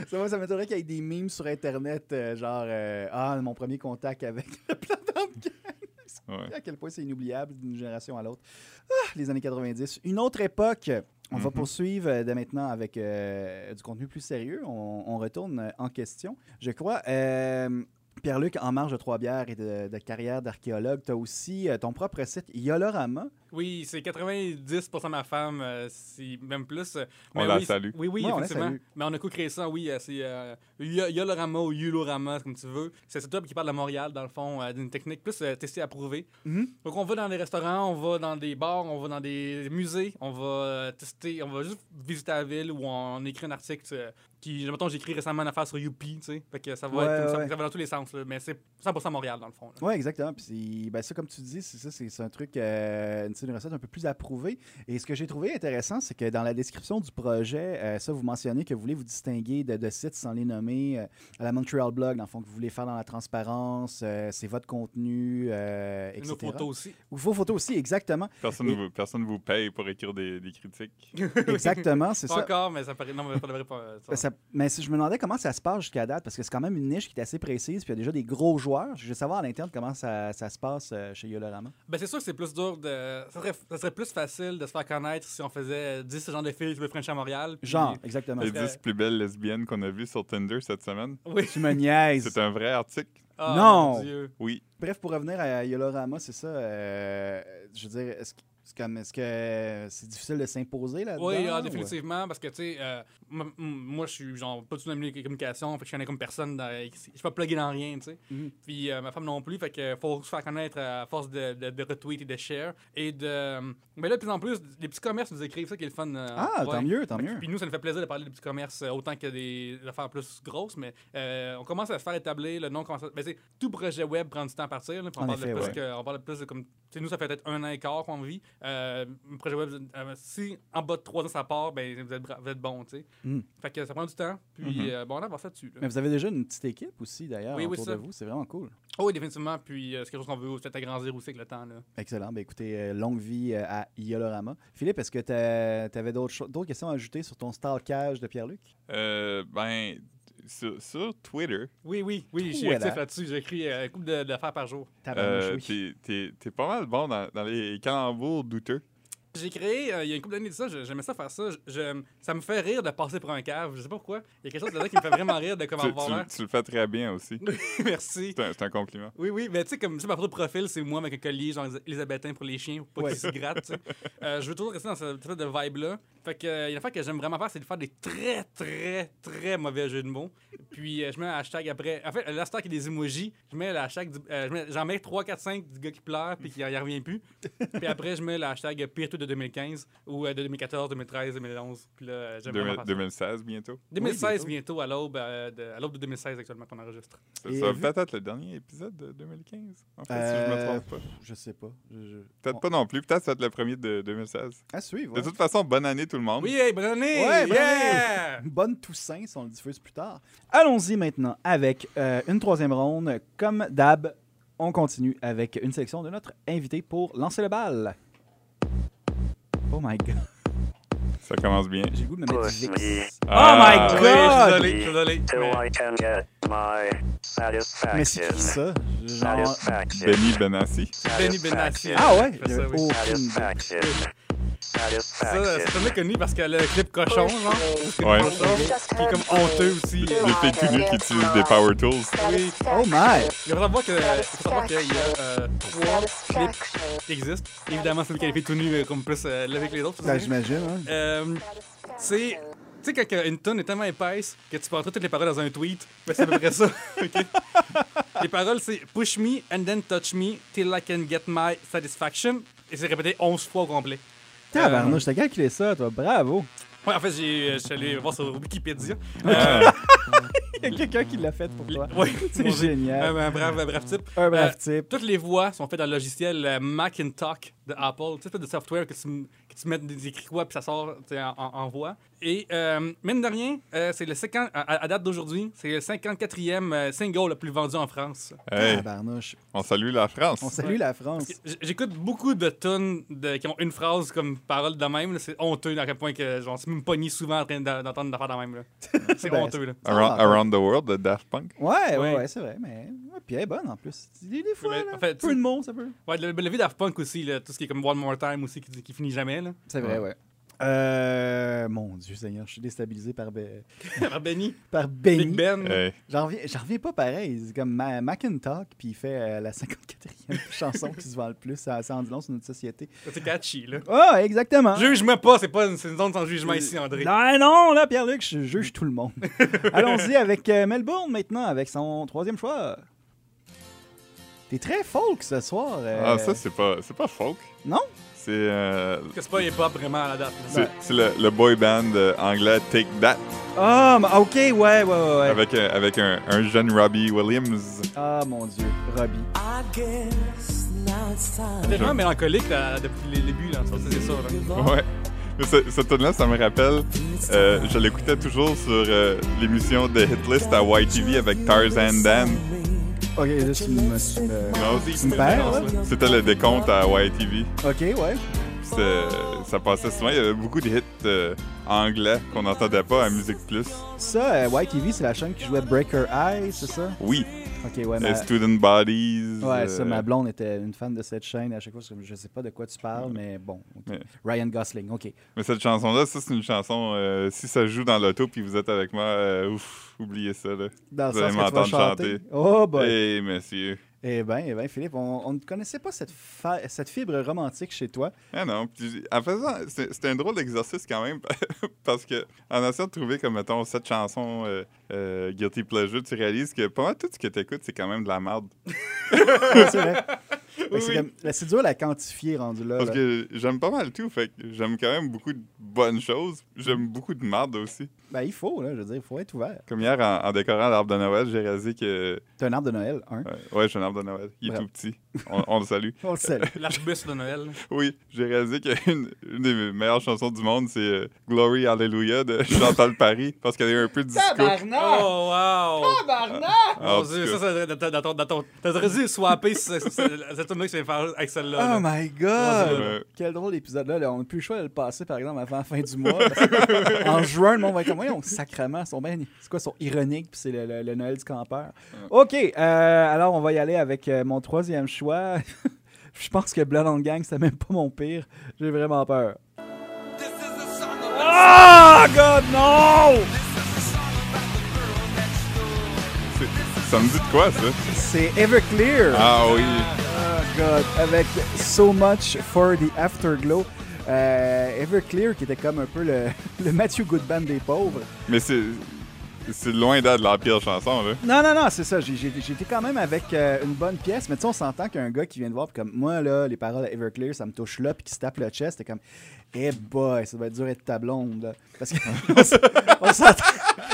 Speaker 3: Ça, moi, ça m'étonnerait qu'il y ait des memes sur Internet, euh, genre euh, Ah, mon premier contact avec le Platinum Gang.
Speaker 1: Ouais.
Speaker 3: À quel point c'est inoubliable d'une génération à l'autre. Ah, les années 90, une autre époque. On va
Speaker 1: Mhm.
Speaker 3: poursuivre euh, dès maintenant avec euh, du contenu plus sérieux. On, on retourne euh, en question. Je crois, euh, Pierre-Luc, en marge de Trois-Bières et de, de carrière d'archéologue, tu as aussi euh, ton propre site Yolorama.
Speaker 4: Oui, c'est 90% ma femme, euh, si- même plus. euh,
Speaker 1: On
Speaker 4: mais
Speaker 1: la
Speaker 4: oui, c'est-
Speaker 1: salue.
Speaker 4: Oui, oui,
Speaker 3: Ouais, on la
Speaker 4: effectivement.
Speaker 3: salue.
Speaker 4: Mais on a co-créé ça, oui. euh, C'est euh, Yo- Yolorama ou Yulorama, comme tu veux. C'est cette web qui parle de Montréal, dans le fond, euh, d'une technique plus euh, testée, approuvée.
Speaker 3: Mhm.
Speaker 4: Donc, on va dans des restaurants, on va dans des bars, on va dans des musées, on va euh, tester, on va juste visiter la ville où on écrit un article euh, qui, mettons, j'ai écrit récemment une affaire sur Youpi, tu sais. Fait que ça va,
Speaker 3: Ouais,
Speaker 4: être comme ça,
Speaker 3: ouais.
Speaker 4: ça va dans tous les sens, là, mais c'est 100% Montréal, dans le fond. là.
Speaker 3: Oui, exactement. Puis c'est- ben ça, comme tu dis, c'est ça, c'est c'est un truc, euh, c'est une recette un peu plus approuvée. Et ce que j'ai trouvé intéressant, c'est que dans la description du projet, euh, ça, vous mentionnez que vous voulez vous distinguer de, de sites sans les nommer, euh, à la Montreal Blog, dans le fond, que vous voulez faire dans la transparence, euh, c'est votre contenu, euh,
Speaker 4: Et
Speaker 3: etc.
Speaker 4: Nos photos aussi.
Speaker 3: Ou vos photos aussi, exactement.
Speaker 1: Personne
Speaker 3: Et-
Speaker 1: vous, personne vous paye pour écrire des, des critiques.
Speaker 3: Exactement, c'est
Speaker 4: Pas
Speaker 3: ça.
Speaker 4: encore, mais ça paraît. Non, mais ça devrait pas. euh, ça-
Speaker 3: Ben, ça- mais si je me demandais comment ça se passe jusqu'à date, parce que c'est quand même une niche qui est assez précise, puis il y a déjà des gros joueurs. Je veux savoir à l'interne comment ça, ça se passe euh, chez Yolorama.
Speaker 4: Ben, c'est sûr que c'est plus dur de. Ça serait, ça serait plus facile de se faire connaître si on faisait 10 ce genre de filles le French à Montréal. puis-
Speaker 3: Genre, exactement.
Speaker 1: Les
Speaker 4: que-
Speaker 1: 10 plus belles lesbiennes qu'on a vues sur Tinder cette semaine.
Speaker 4: Oui.
Speaker 3: Tu me niaises.
Speaker 1: C'est un vrai article.
Speaker 4: Ah,
Speaker 3: Non.
Speaker 4: mon Dieu.
Speaker 1: Oui.
Speaker 3: Bref, pour revenir à Yolorama, c'est ça. euh, je veux dire, est-ce que c'est comme- est-ce que c'est difficile de s'imposer là-dedans?
Speaker 4: Oui, ah,
Speaker 3: ou- euh?
Speaker 4: définitivement, parce que, tu sais, euh, m- m- moi, je suis, genre, pas du tout dans le milieu des communications, fait que je connais comme personne, dans- je suis pas plugué dans rien, tu sais.
Speaker 3: Mhm.
Speaker 4: Puis euh, ma femme non plus, fait que faut se faire connaître à force de, de, de retweet et de share. Et de. Mais là, de plus en plus, les petits commerces nous écrivent ça qui est le fun. euh,
Speaker 3: Ah,
Speaker 4: ouais.
Speaker 3: tant mieux, tant mieux.
Speaker 4: Puis nous, ça nous fait plaisir de parler de petits commerces euh, autant que des affaires plus grosses, mais euh, on commence à se faire établir le nom. commence à- ben, tu sais, tout projet web prend du temps à partir. là, puis on,
Speaker 3: En
Speaker 4: parle de
Speaker 3: effet,
Speaker 4: plus
Speaker 3: ouais.
Speaker 4: que- on parle de plus de comme. tu sais, nous, ça fait peut-être un an et quart qu'on vit. euh, un projet web, euh, si en bas de 3 ans ça part, ben, vous, êtes, bra- vous êtes bon. tu sais.
Speaker 3: Mm.
Speaker 4: Fait que ça prend du temps. Puis euh, bon, on avance là-dessus. là.
Speaker 3: Mais vous avez déjà une petite équipe aussi, d'ailleurs,
Speaker 4: Oui, oui,
Speaker 3: autour
Speaker 4: ça.
Speaker 3: de vous. C'est vraiment cool.
Speaker 4: Oh, oui, définitivement. Puis euh, c'est quelque chose qu'on veut peut-être agrandir aussi avec le temps. Là.
Speaker 3: Excellent. Ben, écoutez, euh, longue vie euh, à Iolorama. Philippe, est-ce que tu avais d'autres cho- d'autres questions à ajouter sur ton stalkage de Pierre-Luc?
Speaker 1: Euh, ben, sur, sur Twitter,
Speaker 4: Oui, oui, oui, je suis
Speaker 3: Voilà.
Speaker 4: actif là-dessus. J'écris euh, un couple de- d'affaires par jour.
Speaker 3: Tabarnouche,
Speaker 1: euh,
Speaker 3: Ah ben, oui.
Speaker 1: t'es- t'es t'es pas mal bon dans, dans les calembours douteux.
Speaker 4: J'ai créé, euh, il y a une couple d'années de ça, je- j'aimais ça faire ça. Je- je- ça me fait rire de passer pour un cave, je sais pas pourquoi. Il y a quelque chose là-dedans qui me fait vraiment rire de comment
Speaker 1: Tu,
Speaker 4: avoir
Speaker 1: tu-
Speaker 4: l'air.
Speaker 1: tu le fais très bien aussi.
Speaker 4: Merci.
Speaker 1: C'est un, c'est un compliment.
Speaker 4: Oui, oui, mais tu sais, comme tu sais, ma photo de profil, c'est moi avec un collier, genre élisabétain pour les chiens, pour pas
Speaker 3: Ouais.
Speaker 4: qu'ils se grattent. tu sais. Euh, je veux toujours rester dans cette espèce de vibe-là. Fait que, euh, il y a une affaire que j'aime vraiment faire, c'est de faire des très, très, très mauvais jeux de mots. Puis, euh, je mets un hashtag après. En fait, le hashtag est des emojis. Je mets le hashtag. du- euh, je mets- J'en mets, 3, 4, 5 du gars qui pleure, puis qui n'y revient plus. puis après, je mets le hashtag pire tout de 2015, ou euh, de 2014, 2013, 2011. Puis là, euh, j'aime vraiment
Speaker 1: Deux-
Speaker 4: faire ça.
Speaker 1: 2016 bientôt.
Speaker 4: 2016 bientôt, à l'aube euh, de, à l'aube de 2016 actuellement qu'on enregistre.
Speaker 1: Ça,
Speaker 3: Et
Speaker 1: ça va
Speaker 3: vu-
Speaker 1: peut-être être le dernier épisode de 2015, en fait, si je me
Speaker 3: Euh,
Speaker 1: trompe pas.
Speaker 3: Je sais pas. Je- je-
Speaker 1: Peut-être
Speaker 3: on-
Speaker 1: pas non plus. Peut-être ça va être le premier de 2016.
Speaker 3: À suivre.
Speaker 1: De
Speaker 3: ouais.
Speaker 1: toute façon, bonne année tout le monde.
Speaker 4: Oui, hey, bonne année!
Speaker 3: Ouais, bonne
Speaker 4: Yeah!
Speaker 3: Bonne Toussaint, si on le diffuse plus tard. Allons-y maintenant avec euh, une troisième ronde. Comme d'hab, on continue avec une sélection de notre invité pour lancer le bal. Oh my god,
Speaker 1: Ça commence bien.
Speaker 3: j'ai le goût de me mettre du
Speaker 6: Push me
Speaker 3: Vicks.
Speaker 1: Ah,
Speaker 3: Oh my
Speaker 1: ouais.
Speaker 4: Oui,
Speaker 3: God!
Speaker 4: je suis désolé, je suis désolé.
Speaker 6: till
Speaker 4: mais-
Speaker 6: I can get my
Speaker 3: Mais c'est
Speaker 6: satisfaction.
Speaker 3: qui ça? Genre...
Speaker 6: Satisfaction.
Speaker 1: Benny Benassi.
Speaker 4: Benny Benassi.
Speaker 6: Satisfaction.
Speaker 3: Ah ouais?
Speaker 4: Fais ça,
Speaker 3: J'avais
Speaker 4: oui.
Speaker 3: aucune idée.
Speaker 6: Satisfaction.
Speaker 4: Ça, c'est
Speaker 6: Satisfaction.
Speaker 4: un mec connu parce qu'elle a le clip cochon, genre.
Speaker 1: Ouais.
Speaker 4: Il est comme honteux aussi.
Speaker 1: Des fake cuniers qui utilisent des power tools.
Speaker 3: Oh my!
Speaker 4: Il faut savoir que- il faut savoir qu'il y a euh, trois clips qui existent. Évidemment, celui qui a fait tout nu euh, comme plus euh, levé que les autres.
Speaker 3: Ben, J'imagine, hein?
Speaker 4: Euh, c'est. Tu sais, quand euh, une tonne est tellement épaisse que tu peux entrer toutes les paroles dans un tweet, ben, c'est à peu près ça. OK? Les paroles, c'est Push me and then touch me till I can get my satisfaction. Et c'est répété 11 fois au complet.
Speaker 3: Tabarnouche, t'as calculé ça, toi. Bravo!
Speaker 4: Ouais, en fait, j'ai- euh, je suis allé voir sur Wikipédia.
Speaker 3: Il y a quelqu'un qui l'a fait pour toi.
Speaker 4: Ouais,
Speaker 3: C'est
Speaker 4: mon Dieu.
Speaker 3: génial.
Speaker 4: Un, un brave, un brave type.
Speaker 3: Un brave
Speaker 4: Euh,
Speaker 3: type.
Speaker 4: Toutes les voix sont faites dans le logiciel euh, Macintalk de Apple. Tu sais, c'est de software que tu, m- que tu mets des écrits quoi, puis ça sort tu sais, en, en- en voix. Et euh, même de rien, euh, c'est le 50 à, à date d'aujourd'hui, c'est le 54e euh, single le plus vendu en France.
Speaker 1: Hey,
Speaker 3: Tabarnouche.
Speaker 1: on salue la France.
Speaker 3: On salue la France.
Speaker 4: J- J'écoute beaucoup de tunes de- qui ont une phrase comme parole de même. là. C'est honteux à quel point que genre, c'est même pas ni souvent en train d'a- d'entendre des affaires de même. là. C'est
Speaker 3: Ben,
Speaker 4: honteux. Là.
Speaker 1: Around, Around the World de Daft Punk.
Speaker 3: Ouais, ouais,
Speaker 4: Ouais.
Speaker 3: ouais, c'est vrai, mais. Ouais, puis elle est bonne en plus. Des, des fois,
Speaker 4: Mais,
Speaker 3: là,
Speaker 4: en fait,
Speaker 3: peu
Speaker 4: tu-
Speaker 3: de mots, ça peut.
Speaker 4: Ouais, le, le vie d'Aft Punk aussi, là, tout ce qui est comme One More Time aussi, qui, qui finit jamais. Là.
Speaker 3: C'est vrai, ouais. Euh, mon Dieu Seigneur, je suis déstabilisé par, Be-
Speaker 4: Alors, Benny,
Speaker 3: par Benny.
Speaker 4: Big Ben.
Speaker 1: Hey.
Speaker 3: J'en reviens, j'en reviens pas pareil. C'est comme Ma- Macintalk, puis il fait euh, la 54e chanson qui se vend le plus. Ça, ça en dit long sur notre société.
Speaker 4: C'est catchy, là.
Speaker 3: Ah, exactement.
Speaker 4: Juge-moi pas, c'est pas une, c'est une zone sans jugement ici, André.
Speaker 3: Non, non, là, Pierre-Luc, je juge tout le monde. Allons-y avec euh, Melbourne maintenant, avec son troisième choix. T'es très folk ce soir. euh.
Speaker 1: Ah, ça, c'est pas, c'est pas folk.
Speaker 3: Non?
Speaker 1: C'est euh,
Speaker 4: Que C'est pas hip-hop vraiment à la date. là.
Speaker 1: c'est- c'est le, le boy band euh, anglais Take That
Speaker 3: Ah, mais- ok, ouais, ouais, ouais. ouais.
Speaker 1: avec, un- avec un, un jeune Robbie Williams.
Speaker 3: Ah, mon Dieu, Robbie.
Speaker 4: C'est tellement mélancolique là, depuis le début, là. Ça, c'est ça. là.
Speaker 3: Ah
Speaker 1: Ouais. Mais ce- cette tune là ça me rappelle, euh, je l'écoutais toujours sur euh, l'émission de Hitlist à YTV avec Tarzan Dan.
Speaker 3: Ok, là, tu me. euh, tu me-
Speaker 1: Non, c'est-
Speaker 3: Tu me perds, là?
Speaker 1: C'était le décompte à YTV.
Speaker 3: Ok, ouais.
Speaker 1: Puis c'est- Ça passait souvent, il y avait beaucoup de hits euh, anglais qu'on n'entendait pas à Musique Plus.
Speaker 3: Ça, euh, YTV, c'est la chaîne qui jouait Breaker Eye, c'est ça?
Speaker 1: Oui,
Speaker 3: Ok, ouais,
Speaker 1: euh,
Speaker 3: ma...
Speaker 1: Student Bodies.
Speaker 3: Ouais, ça,
Speaker 1: euh,
Speaker 3: ma blonde était une fan de cette chaîne. À chaque fois, c'est comme, je sais pas de quoi tu parles, mais bon. ok.
Speaker 1: Mais-
Speaker 3: Ryan Gosling, ok.
Speaker 1: Mais cette chanson-là, ça, c'est une chanson. euh, si ça joue dans l'auto puis vous êtes avec moi, euh, ouf, oubliez ça. Là.
Speaker 3: Dans le
Speaker 1: Vous
Speaker 3: sens
Speaker 1: allez
Speaker 3: que tu vas
Speaker 1: m'entendre
Speaker 3: chanter.
Speaker 1: chanter.
Speaker 3: Oh boy!
Speaker 1: Hey, monsieur.
Speaker 3: Eh bien, eh ben, Philippe, on on ne connaissait pas cette, fa- cette fibre romantique chez toi.
Speaker 1: Ah non. Puis, en faisant, c'est c'est un drôle d'exercice quand même, parce que en essayant de trouver, comme mettons, cette chanson euh, euh, Guilty Pleasure, tu réalises que pas mal tout ce que t'écoutes, c'est quand même de la merde.
Speaker 3: C'est vrai. Fait que C'est
Speaker 1: Oui.
Speaker 3: comme- ben, c'est dur à quantifier rendu là.
Speaker 1: Parce
Speaker 3: là.
Speaker 1: que j'aime pas mal tout, fait que j'aime quand même beaucoup de bonnes choses. J'aime beaucoup de merde aussi.
Speaker 3: Ben, il faut, là, je veux dire, il faut être ouvert.
Speaker 1: Comme hier, en, en décorant l'arbre de Noël, j'ai réalisé que.
Speaker 3: C'est un arbre de Noël, hein?
Speaker 1: Ouais, ouais, j'ai un arbre de Noël. Il est
Speaker 3: Bravo.
Speaker 1: tout petit. On, on le salue.
Speaker 3: On le sait.
Speaker 4: L'arbuste de Noël.
Speaker 1: Oui, j'ai réalisé qu'une une des meilleures chansons du monde, c'est euh, Glory Hallelujah de Chantal Paris, parce qu'elle est un peu disco.
Speaker 4: Oh, wow!
Speaker 1: Ah, en
Speaker 4: Oh,
Speaker 1: tout
Speaker 4: Dieu,
Speaker 1: cas.
Speaker 4: ça, ça, dans- dans ton- dans ton- T'aurais dû swapper ce- ce- ce- cette tune-là que tu viens de faire avec celle-là.
Speaker 1: Ah,
Speaker 4: là.
Speaker 3: Oh my god!
Speaker 2: Ben.
Speaker 1: Ouais.
Speaker 3: Quel drôle d'épisode là, là. On n'a plus le choix de le passer, par exemple, avant la fin du mois. parce que en juin, le monde va être comme, voyons, sacrement, ils sont bien. C'est quoi, ils sont ironiques, puis c'est le, le- le Noël du campeur. Ok, euh, alors on va y aller avec euh, mon troisième choix. Je pense que Blood on Gang, c'était même pas mon pire. J'ai vraiment peur.
Speaker 2: This is a song
Speaker 3: Ah, God, non!
Speaker 1: C'est- Ça me dit de quoi, ça?
Speaker 3: C'est Everclear!
Speaker 1: Ah oui.
Speaker 3: Oh God, avec So Much for the Afterglow. Euh, Everclear qui était comme un peu le, le Matthew Goodman des pauvres.
Speaker 1: Mais c'est. C'est loin d'être la pire chanson, là.
Speaker 3: Non, non, non, c'est ça. J'ai- j'ai- J'étais quand même avec euh, une bonne pièce, mais tu sais, on s'entend qu'un gars qui vient de voir, puis comme moi, là, les paroles à Everclear, ça me touche là, puis qui se tape le chest, c'est comme, eh boy, ça va être dur être ta blonde. là. Parce que, on s- on s'entend.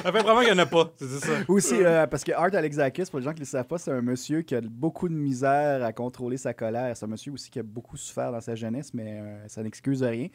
Speaker 4: Enfin, vraiment qu'il n'y en a pas. C'est c'est ça.
Speaker 3: Aussi, euh, parce que Art Alexakis, pour les gens qui ne le savent pas, c'est un monsieur qui a beaucoup de misère à contrôler sa colère. C'est un monsieur aussi qui a beaucoup souffert dans sa jeunesse, mais euh, ça n'excuse rien.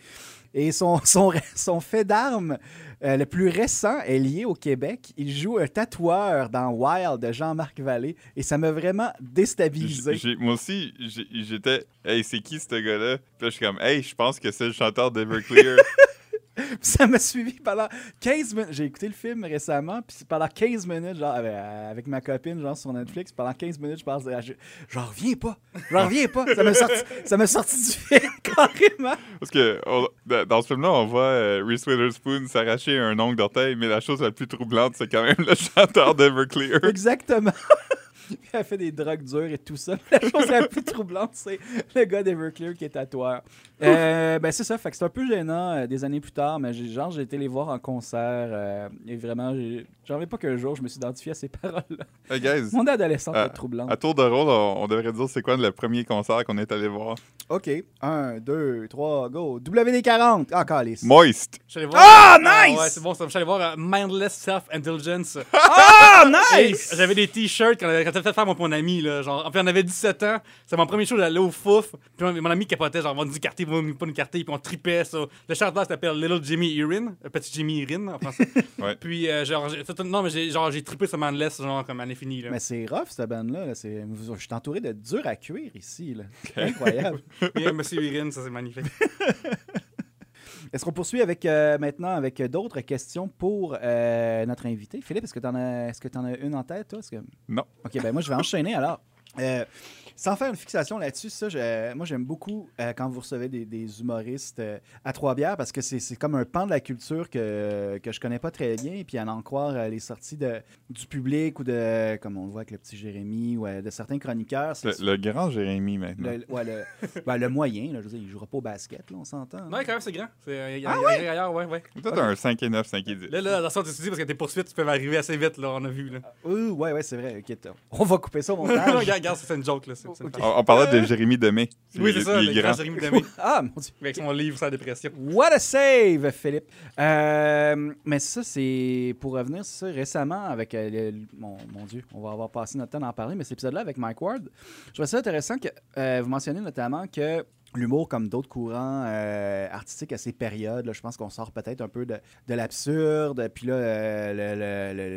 Speaker 3: Et son, son, ré- son fait d'armes euh, le plus récent est lié au Québec. Il joue un tatoueur dans Wild de Jean-Marc Vallée et ça m'a vraiment déstabilisé.
Speaker 1: J- j'ai- Moi aussi, j'ai- j'étais. Hey, c'est qui ce gars-là? Puis là, je suis comme, hey, je pense que c'est le chanteur d'Everclear.
Speaker 3: ça m'a suivi pendant 15 minutes. J'ai écouté le film récemment, puis pendant 15 minutes, genre, avec, avec ma copine, genre, sur Netflix, pendant 15 minutes, je pense, ah, je- j'en reviens pas, j'en reviens pas. Ça m'a sorti, ça m'a sorti du film, carrément.
Speaker 1: Parce que on- dans- dans ce film-là, on voit euh, Reese Witherspoon s'arracher un ongle d'orteil, mais la chose la plus troublante, c'est quand même le chanteur d'Everclear.
Speaker 3: Exactement. Puis elle fait des drogues dures et tout ça. La chose la plus troublante, c'est le gars d'Everclear qui est tatoueur. Euh, ben c'est ça, fait que c'est un peu gênant euh, des années plus tard, mais j'ai, genre j'ai été les voir en concert euh, et vraiment, j'ai, j'en ai pas qu'un jour, je me suis identifié à ces paroles-là.
Speaker 1: Hey, guys,
Speaker 3: Mon adolescente
Speaker 1: Ah,
Speaker 3: est troublante.
Speaker 1: à tour de rôle, on, on devrait dire c'est quoi le premier concert qu'on est allé voir.
Speaker 3: OK. 1, 2, 3, go. WD-40. Ah, calice.
Speaker 1: Moist!
Speaker 4: Je suis allé voir-
Speaker 3: Ah, nice!
Speaker 4: ouais, c'est bon, ça. Je suis allé voir euh, Mindless Self-Intelligence.
Speaker 3: Ah,
Speaker 4: Hey,
Speaker 3: nice!
Speaker 4: J'avais des t-shirts quand, quand j'avais fait faire moi, mon ami. Là, genre, en fait, on avait 17 ans. C'était mon premier show, j'allais au fouf. Puis mon, mon ami capotait, genre, on va nous écarter, on va nous- pas nous écarter. Puis on tripait. ça. Le chanteur s'appelle Little Jimmy Irine, euh, petit Jimmy Irine en français.
Speaker 1: Ouais.
Speaker 4: Puis, euh, genre, j'ai- c'est- non, mais j'ai, genre, j'ai trippé sur Manless, genre, comme à l'infini. Là.
Speaker 3: Mais c'est rough, cette bande-là. là. C'est- vous- Je suis entouré de dur à cuire ici. là. C'est incroyable.
Speaker 4: Et, euh, Monsieur Irine, ça, c'est magnifique.
Speaker 3: Est-ce qu'on poursuit avec, euh, maintenant avec d'autres questions pour euh, notre invité? Philippe, est-ce que tu en, as une en tête, toi? Est-ce que-
Speaker 1: Non.
Speaker 3: OK, ben moi, je vais enchaîner alors. Euh, sans faire une fixation là-dessus, ça, je- moi, j'aime beaucoup euh, quand vous recevez des, des humoristes euh, à Trois-Bières parce que c'est c'est comme un pan de la culture que, que je connais pas très bien. Puis à en croire euh, les sorties de, du public ou de, comme on le voit avec le petit Jérémy ou euh, de certains chroniqueurs, c'est
Speaker 1: Le, le grand Jérémy, maintenant.
Speaker 3: le, ouais, le- ben, le moyen. Là, je veux dire, il jouera pas au basket, là, on s'entend. hein?
Speaker 4: non,
Speaker 3: là.
Speaker 4: quand même, c'est grand. C'est, euh, y a- y a- y a ailleurs, ouais, ouais.
Speaker 1: Peut-être un 5 et 9, 5 et 10.
Speaker 4: Là, là, attention, tu te dis, parce que tes poursuites, tu peux arriver assez vite, là, on a vu. Là.
Speaker 3: Ouh, ouais, ouais, c'est vrai. ok, t- on va couper ça au
Speaker 4: Non,
Speaker 3: montage.
Speaker 4: regarde, regarde, c'est une joke, là. c'est- c'est
Speaker 3: Ah,
Speaker 4: une
Speaker 3: Ok.
Speaker 4: farce.
Speaker 1: On, on parlait de Jérémy Demé.
Speaker 4: Euh? Oui,
Speaker 1: Ah,
Speaker 4: c'est
Speaker 1: Il-
Speaker 4: ça,
Speaker 1: il
Speaker 4: le
Speaker 1: est
Speaker 4: grand
Speaker 1: grand.
Speaker 4: Jérémy Demé,
Speaker 3: ah, mon Dieu.
Speaker 4: avec son livre sur la dépression.
Speaker 3: What a save, Philippe! Euh, mais ça, c'est pour revenir sur ça récemment avec euh, le- mon, mon Dieu, on va avoir passé notre temps d'en parler, mais cet épisode-là avec Mike Ward, je trouvais ça intéressant que euh, vous mentionnez notamment que l'humour, comme d'autres courants euh, artistiques à ces périodes, là, je pense qu'on sort peut-être un peu de, de l'absurde, puis là, euh, le, le-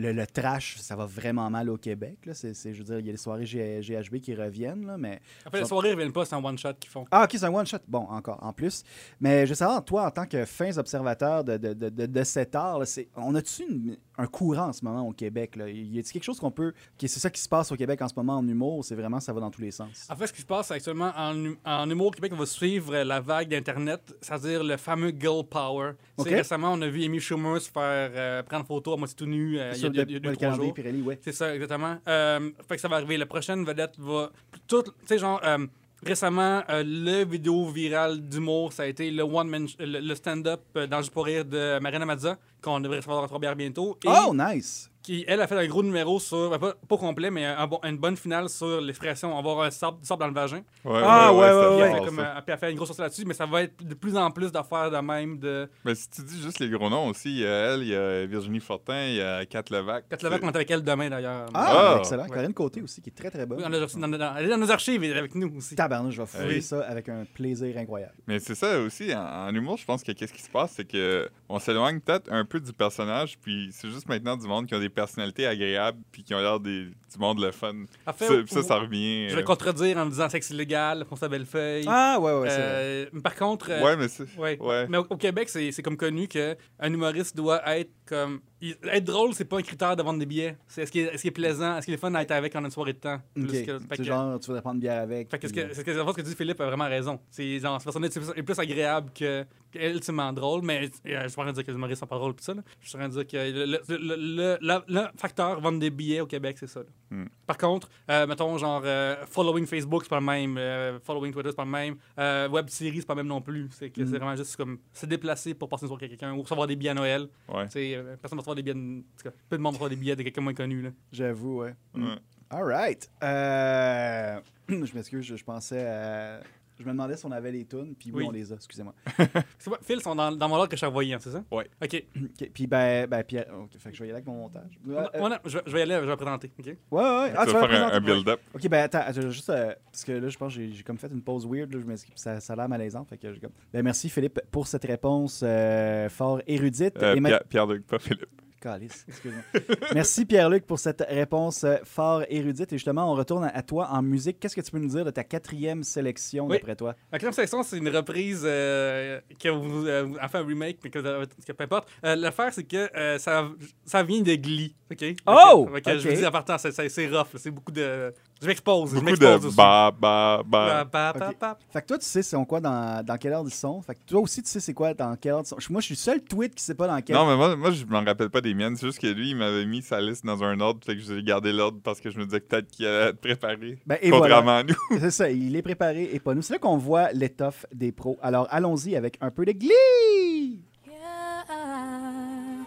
Speaker 3: le- le- le trash, ça va vraiment mal au Québec. Là. C'est, c'est- je veux dire, il y a les soirées G- GHB qui reviennent, là, mais
Speaker 4: En fait, les soirées reviennent pas, c'est un one-shot qu'ils font.
Speaker 3: ah, ok, c'est un one-shot. Bon, encore, en plus. Mais je veux savoir, toi, en tant que fin observateur de, de, de, de- de cet art, là, c'est- on a-tu une- un courant en ce moment au Québec? Là? Y a-t-il quelque chose qu'on peut. qui- C'est ça qui se passe au Québec en ce moment en humour, c'est vraiment ça va dans tous les sens.
Speaker 4: En fait, ce qui se passe actuellement en, hu- en humour au Québec, on va suivre euh, la vague d'Internet, c'est-à-dire le fameux girl power. Tu sais,
Speaker 3: Ok.
Speaker 4: Récemment, on a vu Amy Schumer se faire euh, prendre photo à moitié tout nu euh, il y a-
Speaker 3: Sur
Speaker 4: il y a
Speaker 3: le,
Speaker 4: il y a
Speaker 3: le
Speaker 4: deux trois
Speaker 3: calendrier
Speaker 4: jours.
Speaker 3: Pirelli, ouais.
Speaker 4: C'est ça, exactement. Euh, fait que ça va arriver. La prochaine vedette va. tout- Tu sais, genre, euh, récemment, euh, le vidéo virale d'humour, ça a été le, one man, le, le stand-up euh, dans Juste pour rire de Marina Mazza, qu'on devrait recevoir dans trois bières bientôt. Et
Speaker 3: Oh, nice!
Speaker 4: qui, elle, a fait un gros numéro sur, ben, pas, pas complet, mais un bon- une bonne finale sur l'expression avoir un sable, du sable dans le vagin.
Speaker 1: Ouais,
Speaker 6: Ah, ouais,
Speaker 1: c'était
Speaker 6: ouais,
Speaker 4: Puis
Speaker 6: ouais.
Speaker 4: elle
Speaker 1: fort,
Speaker 4: fait comme,
Speaker 1: ça.
Speaker 4: euh, puis elle fait une grosse sortie là-dessus, mais ça va être de plus en plus d'affaires de même de.
Speaker 1: Mais si tu dis juste les gros noms aussi, il y a elle, il y a Virginie Fortin, il y a Kat Levac.
Speaker 4: Quand Levac, on est avec elle demain d'ailleurs.
Speaker 1: Ah!
Speaker 3: Ah, excellent. Corinne Côté aussi, qui est très, très bonne.
Speaker 4: Oui, on l'a reçu dans- dans- elle est dans nos archives et avec nous aussi.
Speaker 3: Tabarnouche, je vais fouiller
Speaker 1: Oui.
Speaker 3: ça avec un plaisir incroyable.
Speaker 1: Mais c'est ça aussi, en, en humour, je pense que qu'est-ce qui se passe, c'est que on s'éloigne peut-être un peu du personnage, puis c'est juste maintenant du monde qui ont des personnalités agréables, puis qui ont l'air des- du monde le fun.
Speaker 4: Elle fait-
Speaker 1: Ça, ça, ça revient.
Speaker 4: Je vais
Speaker 1: euh,
Speaker 4: contredire en me disant sexe illégal, François Bellefeuille.
Speaker 3: Ah, ouais, ouais, c'est vrai.
Speaker 4: Euh, mais par contre, euh,
Speaker 1: Ouais, mais c'est.
Speaker 4: ouais.
Speaker 1: ouais.
Speaker 4: Mais au, au Québec, c'est c'est comme connu qu'un humoriste doit être comme. il- être drôle, c'est pas un critère de vendre des billets. C'est est-ce qu'il est, est-ce qu'il est plaisant, est-ce qu'il est fun à être avec en une soirée de temps. Plus
Speaker 3: Ok.
Speaker 4: que- fait
Speaker 3: C'est
Speaker 4: que-
Speaker 3: genre, tu voudrais prendre une bière avec.
Speaker 4: Fait que ce
Speaker 3: puis-
Speaker 4: que, ce que, en fait, ce que dit Philippe a vraiment raison. C'est genre, cette personne est plus- est plus agréable que que ultimement drôle, mais euh, je suis pas en train de dire que les humoristes sont pas drôles pis ça. là. Je suis en train de dire que le, le- le- le- la- le facteur vendre des billets au Québec, c'est ça. là.
Speaker 1: Hmm.
Speaker 4: Par contre, euh, mettons genre euh, following Facebook, c'est pas le même, euh, following Twitter, c'est pas le même, euh, web series, c'est pas le même non plus. C'est que
Speaker 1: Hmm.
Speaker 4: c'est vraiment juste comme se déplacer pour passer une soirée avec quelqu'un ou recevoir des billets à Noël.
Speaker 1: Ouais.
Speaker 4: Tu sais, euh, personne va recevoir des billets, de- en tout cas, peu de monde va recevoir des billets de quelqu'un moins connu. Là.
Speaker 3: euh, J'avoue, ouais. Mm.
Speaker 1: Ouais.
Speaker 3: All right. Euh, Je m'excuse, je, je pensais à... Je me demandais si on avait les tunes, puis oui,
Speaker 4: Oui.
Speaker 3: on les a, excusez-moi.
Speaker 4: C'est quoi, Phil, ils sont dans, dans mon ordre que je suis envoyé, hein, c'est ça?
Speaker 1: Ouais.
Speaker 4: OK.
Speaker 3: Ok, Puis ben, ben Pierre... oh, fait que je vais y aller avec mon montage. Ouais,
Speaker 4: On-
Speaker 3: euh,
Speaker 4: on a- je, vais- je vais y aller, je vais présenter. OK?
Speaker 3: ouais, ouais. Ah,
Speaker 1: tu
Speaker 3: tu
Speaker 1: vas
Speaker 3: vas
Speaker 1: faire un-
Speaker 3: présenter-
Speaker 1: un build-up.
Speaker 3: Ok, ben attends, attends, juste euh, parce que là, je pense que j'ai- j'ai comme fait une pause weird, là, je m'excuse, ça, ça a l'air malaisant. Fait que j'ai comme... ben, merci Philippe pour cette réponse euh, fort érudite.
Speaker 1: Euh,
Speaker 3: et ma-
Speaker 1: Pierre- Pierre-Luc, pas Philippe.
Speaker 3: Calice, excuse-moi. Merci Pierre-Luc pour cette réponse euh, fort érudite. Et justement, on retourne à- à toi en musique. Qu'est-ce que tu peux nous dire de ta quatrième sélection
Speaker 4: Oui.
Speaker 3: d'après toi?
Speaker 4: La Clem Section, c'est une reprise euh, que vous euh, vous- enfin un remake, mais que, vous avez- que peu importe. Euh, L'affaire, c'est que euh, ça, ça vient de Glee. OK?
Speaker 3: Oh!
Speaker 4: Fait que Je vous
Speaker 3: OK.
Speaker 4: dis en partant, c'est- c'est c'est rough. là, C'est beaucoup de. Je m'expose. Je
Speaker 1: Beaucoup
Speaker 4: m'expose
Speaker 1: de
Speaker 4: aussi.
Speaker 1: ba, ba, ba.
Speaker 4: Ba, ba, ba,
Speaker 3: Ok.
Speaker 4: ba.
Speaker 3: Fait que toi, tu sais c'est en quoi dans, dans quelle heure ils sont. Fait que toi aussi, tu sais c'est quoi dans quelle heure ils sont. Je- Moi, je suis le seul tweet qui sait pas dans quelle
Speaker 1: Non, mais moi, moi je m'en rappelle pas des miennes. C'est juste que lui, il m'avait mis sa liste dans un ordre, fait que j'ai gardé l'ordre parce que je me disais que peut-être qu'il allait être préparé.
Speaker 3: Ben, et
Speaker 1: contrairement
Speaker 3: voilà.
Speaker 1: à nous.
Speaker 3: C'est ça, il est préparé et pas nous. C'est là qu'on voit l'étoffe des pros. Alors, allons-y avec un peu de glee! Oh
Speaker 5: Yeah,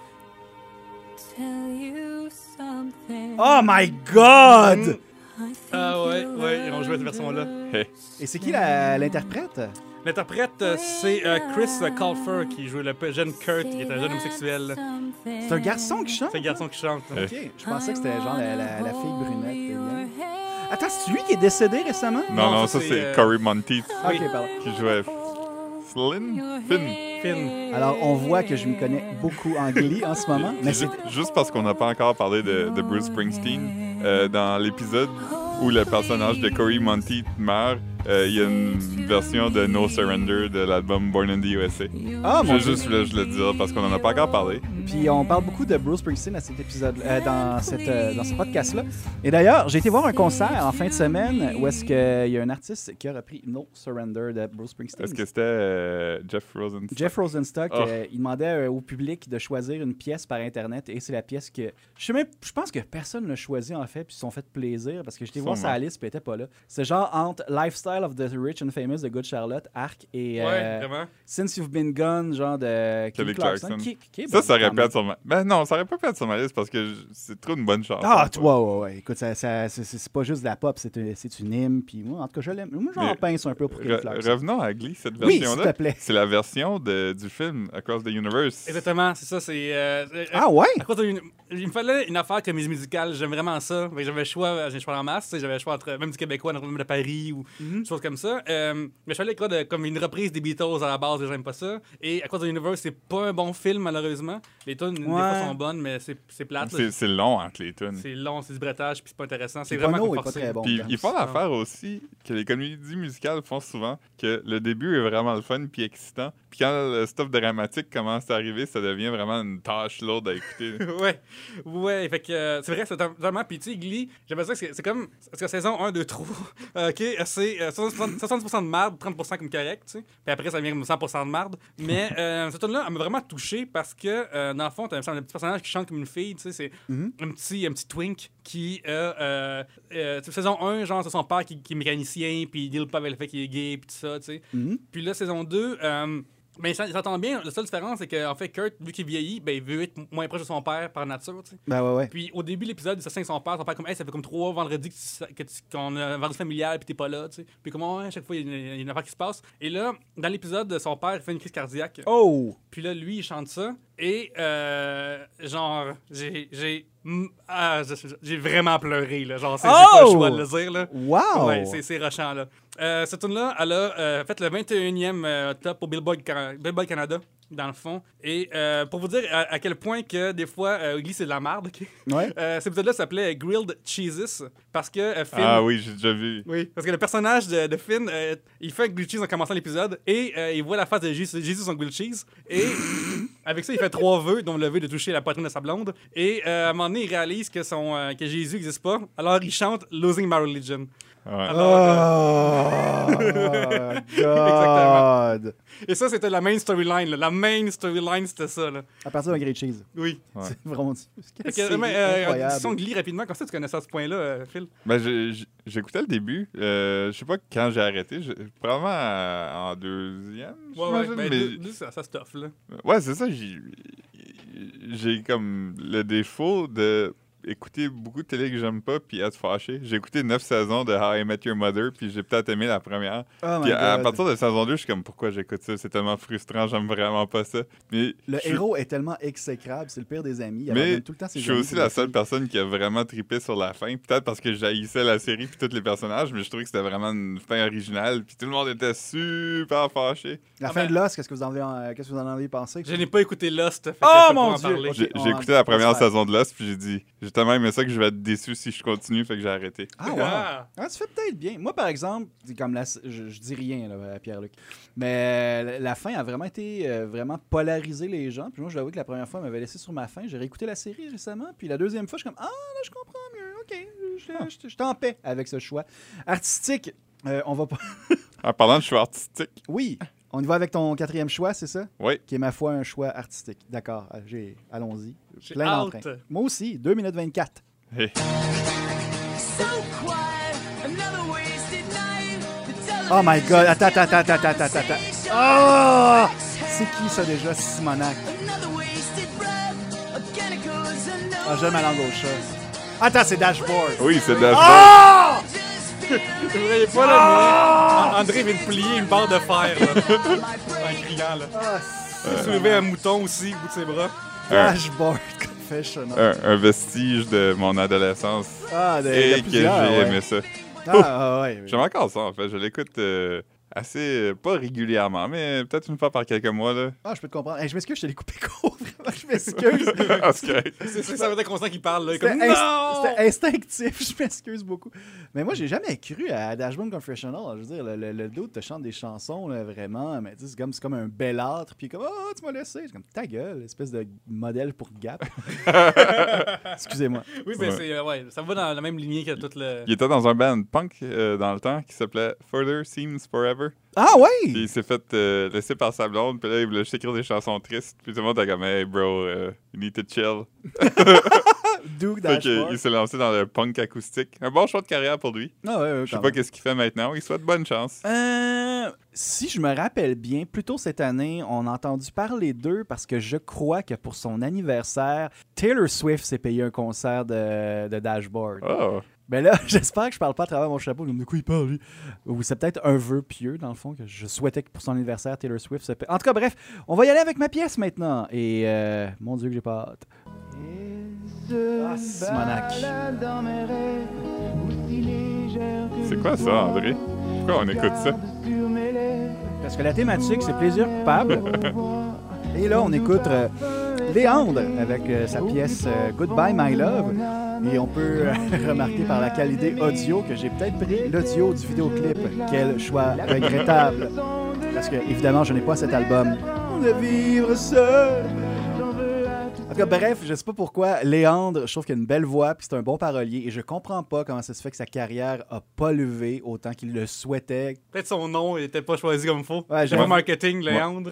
Speaker 5: tell you something.
Speaker 3: Oh my God!
Speaker 5: I think
Speaker 4: Ah ouais,
Speaker 5: you'll
Speaker 4: ouais, on jouait cette version-là.
Speaker 5: understand.
Speaker 3: Et c'est qui la- l'interprète?
Speaker 4: L'interprète, euh, c'est euh, Chris euh, Colfer qui joue le pe- jeune Kurt, qui est un jeune homosexuel.
Speaker 3: C'est un garçon qui chante?
Speaker 4: C'est un garçon qui chante.
Speaker 1: Euh.
Speaker 3: Ok, je pensais que c'était genre la, la- la fille brunette. Eliane. Attends, c'est lui qui est décédé récemment?
Speaker 1: Non, non, ça, c'est
Speaker 4: euh,
Speaker 1: Corey Monteith
Speaker 3: Ok, pardon.
Speaker 1: qui jouait Flynn. Finn.
Speaker 4: Finn.
Speaker 3: Alors, on voit que je me connais beaucoup en glee en ce moment, mais
Speaker 1: Ju-
Speaker 3: c'est.
Speaker 1: juste, parce qu'on n'a pas encore parlé de, de Bruce Springsteen, euh, dans l'épisode où le personnage de Corey Monteith meurt, euh, il y a une version de No Surrender de l'album Born in the USA.
Speaker 3: Ah,
Speaker 1: Je
Speaker 3: mon Dieu.
Speaker 1: juste voulais le dire parce qu'on n'en a pas encore parlé.
Speaker 3: Puis on parle beaucoup de Bruce Springsteen à cet épisode, euh, dans, cette, euh, dans ce podcast-là. Et d'ailleurs, j'ai été voir un concert en fin de semaine où est-ce qu'il y a un artiste qui a repris No Surrender de Bruce Springsteen.
Speaker 1: Est-ce que c'était euh, Jeff Rosenstock?
Speaker 3: Jeff Rosenstock,
Speaker 1: Oh.
Speaker 3: euh, il demandait euh, au public de choisir une pièce par Internet et c'est la pièce que. Je, sais même, je pense que personne ne l'a choisi en fait, puis ils se sont fait plaisir parce que j'étais voir
Speaker 1: Sûrement.
Speaker 3: sa liste, puis elle était pas là. C'est genre entre Lifestyle of the Rich and Famous de Good Charlotte, Arc et euh,
Speaker 4: Ouais, vraiment.
Speaker 3: Since You've Been Gone, genre de Kelly
Speaker 1: Kelly
Speaker 3: Clarkson.
Speaker 1: Clarkson.
Speaker 3: qui- qui est
Speaker 1: Ça,
Speaker 3: bonne
Speaker 1: ça
Speaker 3: quand
Speaker 1: aurait
Speaker 3: même.
Speaker 1: pu être sur ma... Ben non, ça aurait pas pu être sur ma liste parce que je- c'est trop une bonne chance.
Speaker 3: Ah, toi, ouais, ouais. Écoute, ça, ça- c'est- c'est c'est pas juste de la pop, c'est une, c'est une hymne. Puis moi, en tout cas, je l'aime. Moi, j'en
Speaker 1: Mais-
Speaker 3: pince un peu pour Kelly Clarkson.
Speaker 1: revenons à Glee, cette
Speaker 3: Oui,
Speaker 1: version-là.
Speaker 3: s'il te plaît.
Speaker 1: C'est la version de- du film Across the Universe.
Speaker 4: Exactement, c'est ça, c'est. euh, euh,
Speaker 3: Ah, ouais?
Speaker 4: À cause d'une- Il me fallait une affaire comédie musicale, j'aime vraiment ça. Fait que J'avais le choix, euh, j'ai le choix en masse, tu sais, j'avais le choix entre même du québécois, même de Paris ou des choses comme ça. Euh, mais je fallait quoi de, comme une reprise des Beatles à la base, et j'aime pas ça. Et à cause de l'univers, c'est pas un bon film malheureusement. Les tunes des
Speaker 3: Ouais.
Speaker 4: fois sont bonnes, mais c'est c'est plate. là.
Speaker 1: C'est c'est long entre les tunes.
Speaker 4: C'est long, c'est du bretage, puis c'est pas intéressant. C'est
Speaker 3: Puis
Speaker 4: vraiment
Speaker 3: Bono est
Speaker 4: forcé.
Speaker 3: pas très bon.
Speaker 1: Puis
Speaker 3: quand
Speaker 1: ils
Speaker 3: même.
Speaker 1: font l'affaire aussi que les comédies musicales font souvent, que le début est vraiment le fun puis excitant. Puis quand le stuff dramatique commence à arriver, ça devient vraiment une tâche lourde à écouter.
Speaker 4: ouais, ouais, fait que euh, c'est vrai, c'est totalement. Puis tu sais, Glee, j'aimerais dire que c'est- c'est comme. Parce que saison 1, 2, 3, euh, ok, euh, c'est euh, 60%, 60% de marde, 30% comme correct, tu sais. Puis après, ça devient comme 100% de marde. Mais euh, cette tune-là, elle m'a vraiment touché parce que, euh, dans le fond, t'as un petit personnage qui chante comme une fille, tu sais, c'est un, petit, un petit twink qui a. euh, euh, tu sais, saison 1, genre, c'est son père qui, qui est mécanicien, puis il deal pas avec le fait qu'il est gay, puis tout ça, tu sais.
Speaker 3: Mhm.
Speaker 4: Puis là, saison 2, euh, Mais ça, ça tombe bien. La seule différence, c'est qu'en fait, Kurt, vu qu'il vieillit, ben, il veut être moins proche de son père par nature. tu sais.
Speaker 3: Ben ouais,
Speaker 1: Euh,
Speaker 3: ouais.
Speaker 4: Puis au début de l'épisode, il s'assigne avec son père. Son père, comme, hey, ça fait comme trois vendredis que tu- que tu- qu'on a un vendredi familial, puis t'es pas là. tu sais. Puis comment, à chaque fois, il y, a une- il y a une affaire qui se passe. Et là, dans l'épisode, son père fait une crise cardiaque.
Speaker 3: Oh!
Speaker 4: Puis là, lui, il chante ça. Et, euh, genre, j'ai. J'ai mm, ah, je- je- j'ai vraiment pleuré, là. Genre, c'est j'ai pas le
Speaker 3: Oh!
Speaker 4: choix de le dire, là.
Speaker 3: Wow!
Speaker 4: Ouais, c'est, c'est rushant, là. Euh, cette tune-là, elle a euh, fait le 21e euh, top au Billboard, Ca- Billboard Canada, dans le fond. Et euh, pour vous dire à, à quel point que des fois, euh, Glee, c'est de la merde, ok?
Speaker 3: Ouais.
Speaker 4: Euh, cet épisode-là s'appelait Grilled Cheeses parce que euh, Finn.
Speaker 1: Ah oui, j'ai déjà vu.
Speaker 4: Oui, parce que le personnage de, de Finn, euh, il fait un grilled cheese en commençant l'épisode et euh, il voit la face de Jésus, Jésus son grilled cheese. Et avec ça, il fait trois vœux, dont le vœu de toucher la poitrine de sa blonde. Et euh, à un moment donné, il réalise que, son, euh, que Jésus n'existe pas. Alors il chante Losing My Religion.
Speaker 3: Ah,
Speaker 1: Ouais.
Speaker 3: Oh, God!
Speaker 4: Et ça, c'était la main storyline. là. La main storyline, c'était ça. Là.
Speaker 3: À partir d'un grilled cheese.
Speaker 4: Oui.
Speaker 3: C'est vraiment...
Speaker 4: Fait
Speaker 3: C'est
Speaker 4: que, mais, euh,
Speaker 3: incroyable.
Speaker 4: disons Glee rapidement, comme ça, tu connais ça à ce point-là, euh, Phil.
Speaker 1: Ben, j'ai- j'ai- j'écoutais le début. Euh, je sais pas quand j'ai arrêté. Je- probablement euh, en deuxième. j'imagine, mais-
Speaker 4: ben, lui, lui, ça, ça se toffe, là.
Speaker 1: Ouais, c'est ça. J'ai j'ai comme le défaut de écouter beaucoup de télé que j'aime pas puis être fâché. J'ai écouté neuf saisons de How I Met Your Mother puis j'ai peut-être aimé la première.
Speaker 3: Oh my
Speaker 1: puis à, à
Speaker 3: God.
Speaker 1: partir de saison 2, je suis comme pourquoi j'écoute ça, c'est tellement frustrant, j'aime vraiment pas ça. Mais
Speaker 3: Le
Speaker 1: je suis-
Speaker 3: héros est tellement exécrable, c'est le pire des amis. Il
Speaker 1: mais
Speaker 3: abandonne tout le temps
Speaker 1: je
Speaker 3: ses
Speaker 1: suis
Speaker 3: amis,
Speaker 1: aussi
Speaker 3: ses
Speaker 1: la
Speaker 3: amis.
Speaker 1: seule personne qui a vraiment tripé sur la fin. Peut-être parce que j'haïssais la série puis tous les personnages, mais je trouvais que c'était vraiment une fin originale puis tout le monde était super fâché.
Speaker 3: La
Speaker 4: Ah
Speaker 3: fin
Speaker 4: ben-
Speaker 3: de Lost, qu'est-ce que vous en avez, euh, qu'est-ce que vous en avez pensé?
Speaker 4: Je n'ai pas écouté Lost. fait que
Speaker 3: Oh,
Speaker 4: je peux
Speaker 3: mon
Speaker 4: pas en
Speaker 3: Dieu!
Speaker 4: parler.
Speaker 3: Ok.
Speaker 1: J'ai
Speaker 3: on-
Speaker 1: j'ai écouté la
Speaker 3: on va se
Speaker 1: première
Speaker 3: faire.
Speaker 1: saison de Lost, puis j'ai dit, j'ai tellement aimé ça que je vais être déçu si je continue, fait que j'ai arrêté.
Speaker 3: Ah ouais.
Speaker 4: Ah.
Speaker 3: Ah, tu fais peut-être bien. Moi, par exemple, c'est comme la- je, je dis rien là, à Pierre-Luc, mais euh, la- la fin a vraiment été euh, vraiment polarisé les gens. Puis moi, je dois avouer que la première fois, elle m'avait laissé sur ma fin. J'ai réécouté la série récemment, puis la deuxième fois, je suis comme ah là, je comprends mieux. Ok, je- je je suis en paix avec ce choix artistique. euh, on va pas.
Speaker 1: En parlant de choix artistique,
Speaker 3: Oui, on y va avec ton quatrième choix, c'est ça?
Speaker 1: oui,
Speaker 3: qui est ma foi un choix artistique. D'accord, euh, j'ai allons-y.
Speaker 4: J'ai
Speaker 3: Plein
Speaker 4: hâte.
Speaker 3: d'entrain. Moi aussi, 2 minutes 24.
Speaker 1: Hey,
Speaker 5: So quiet, another wasted night. The
Speaker 3: Oh my god, attends, attends, attends, attends, attends, attends. attends. Ah! C'est qui ça déjà, Simonac? Ah, j'aime ma langue au chat. Attends, c'est Dashboard.
Speaker 1: oui, c'est Dashboard.
Speaker 3: Ah!
Speaker 4: Vous voyez pas, là, mais Ah, André vient de plier une barre de fer, là. en criant, là.
Speaker 3: Ah,
Speaker 4: Il a soulevé un mouton aussi, au bout de ses bras.
Speaker 3: Dashboard Confessional.
Speaker 1: Un, un vestige de mon adolescence.
Speaker 3: Ah, de, de
Speaker 1: Et que j'ai
Speaker 3: plusieurs, ouais.
Speaker 1: aimé ça.
Speaker 3: Ah, ouais.
Speaker 1: J'aime encore ça, en fait. Je l'écoute euh, assez, euh, pas régulièrement, mais peut-être une fois par quelques mois, là.
Speaker 3: Ah, je peux te comprendre. Hey, je m'excuse, je t'ai coupé court. Vraiment, je m'excuse.
Speaker 1: Ah, c'est correct.
Speaker 4: C'est c'est- ça veut dire constant qu'il parle, là. Il est
Speaker 3: C'était
Speaker 4: Comme,
Speaker 3: inst-
Speaker 4: non!
Speaker 3: c'était instinctif, je m'excuse beaucoup. Mais moi, j'ai jamais cru à Dashboard Confessional. Je veux dire, le, le, le dude te chante des chansons, là, vraiment, mais tu sais, c'est comme, c'est comme un bel âtre. Puis comme, oh, tu m'as laissé. C'est comme, ta gueule, espèce de modèle pour Gap. Excusez-moi.
Speaker 4: Oui, mais
Speaker 1: Ouais.
Speaker 4: c'est, euh, ouais, ça va dans la même lignée que tout le.
Speaker 1: Il était dans un band punk euh, dans le temps qui s'appelait Further Seems Forever.
Speaker 3: Ah
Speaker 1: Puis
Speaker 3: ouais!
Speaker 1: il s'est fait euh, laisser par sa blonde, puis là, il voulait juste écrire des chansons tristes. Puis tout le monde était comme, hey bro, euh, you need to chill. Fait que,
Speaker 3: Doug Dashboard.
Speaker 1: il s'est lancé dans le punk acoustique. Un bon choix de carrière pour lui.
Speaker 3: Ah ouais, ouais,
Speaker 1: Je sais
Speaker 3: quand
Speaker 1: pas
Speaker 3: même.
Speaker 1: qu'est-ce qu'il fait maintenant. Il souhaite bonne chance.
Speaker 3: Euh, si je me rappelle bien, plus tôt cette année, on a entendu parler d'eux parce que je crois que pour son anniversaire, Taylor Swift s'est payé un concert de, de Dashboard.
Speaker 1: Oh,
Speaker 3: Mais là, j'espère que je parle pas à travers mon chapeau. De quoi il parle, lui? Ou c'est peut-être un vœu pieux, dans le fond, que je souhaitais que pour son anniversaire, Taylor Swift se paie. En tout cas, bref, on va y aller avec ma pièce maintenant. Et euh, mon Dieu, que j'ai pas hâte. Ah, Simonac.
Speaker 1: c'est quoi ça, André? Pourquoi on écoute ça?
Speaker 3: Parce que la thématique, c'est plaisir coupable. Et là, on écoute euh, Léandre avec euh, sa pièce euh, Goodbye My Love. Et on peut euh, remarquer par la qualité audio que j'ai peut-être pris l'audio du vidéoclip. Quel choix regrettable. Parce que, évidemment, je n'ai pas cet album. De vivre seul. En tout cas, bref, je sais pas pourquoi, Léandre, je trouve qu'il a une belle voix, puis c'est un bon parolier, et je comprends pas comment ça se fait que sa carrière a pas levé autant qu'il le souhaitait,
Speaker 4: Peut-être son nom n'était pas choisi comme faut.
Speaker 3: Ouais,
Speaker 4: Ouais,
Speaker 3: j'avoue.
Speaker 4: pas marketing, Léandre.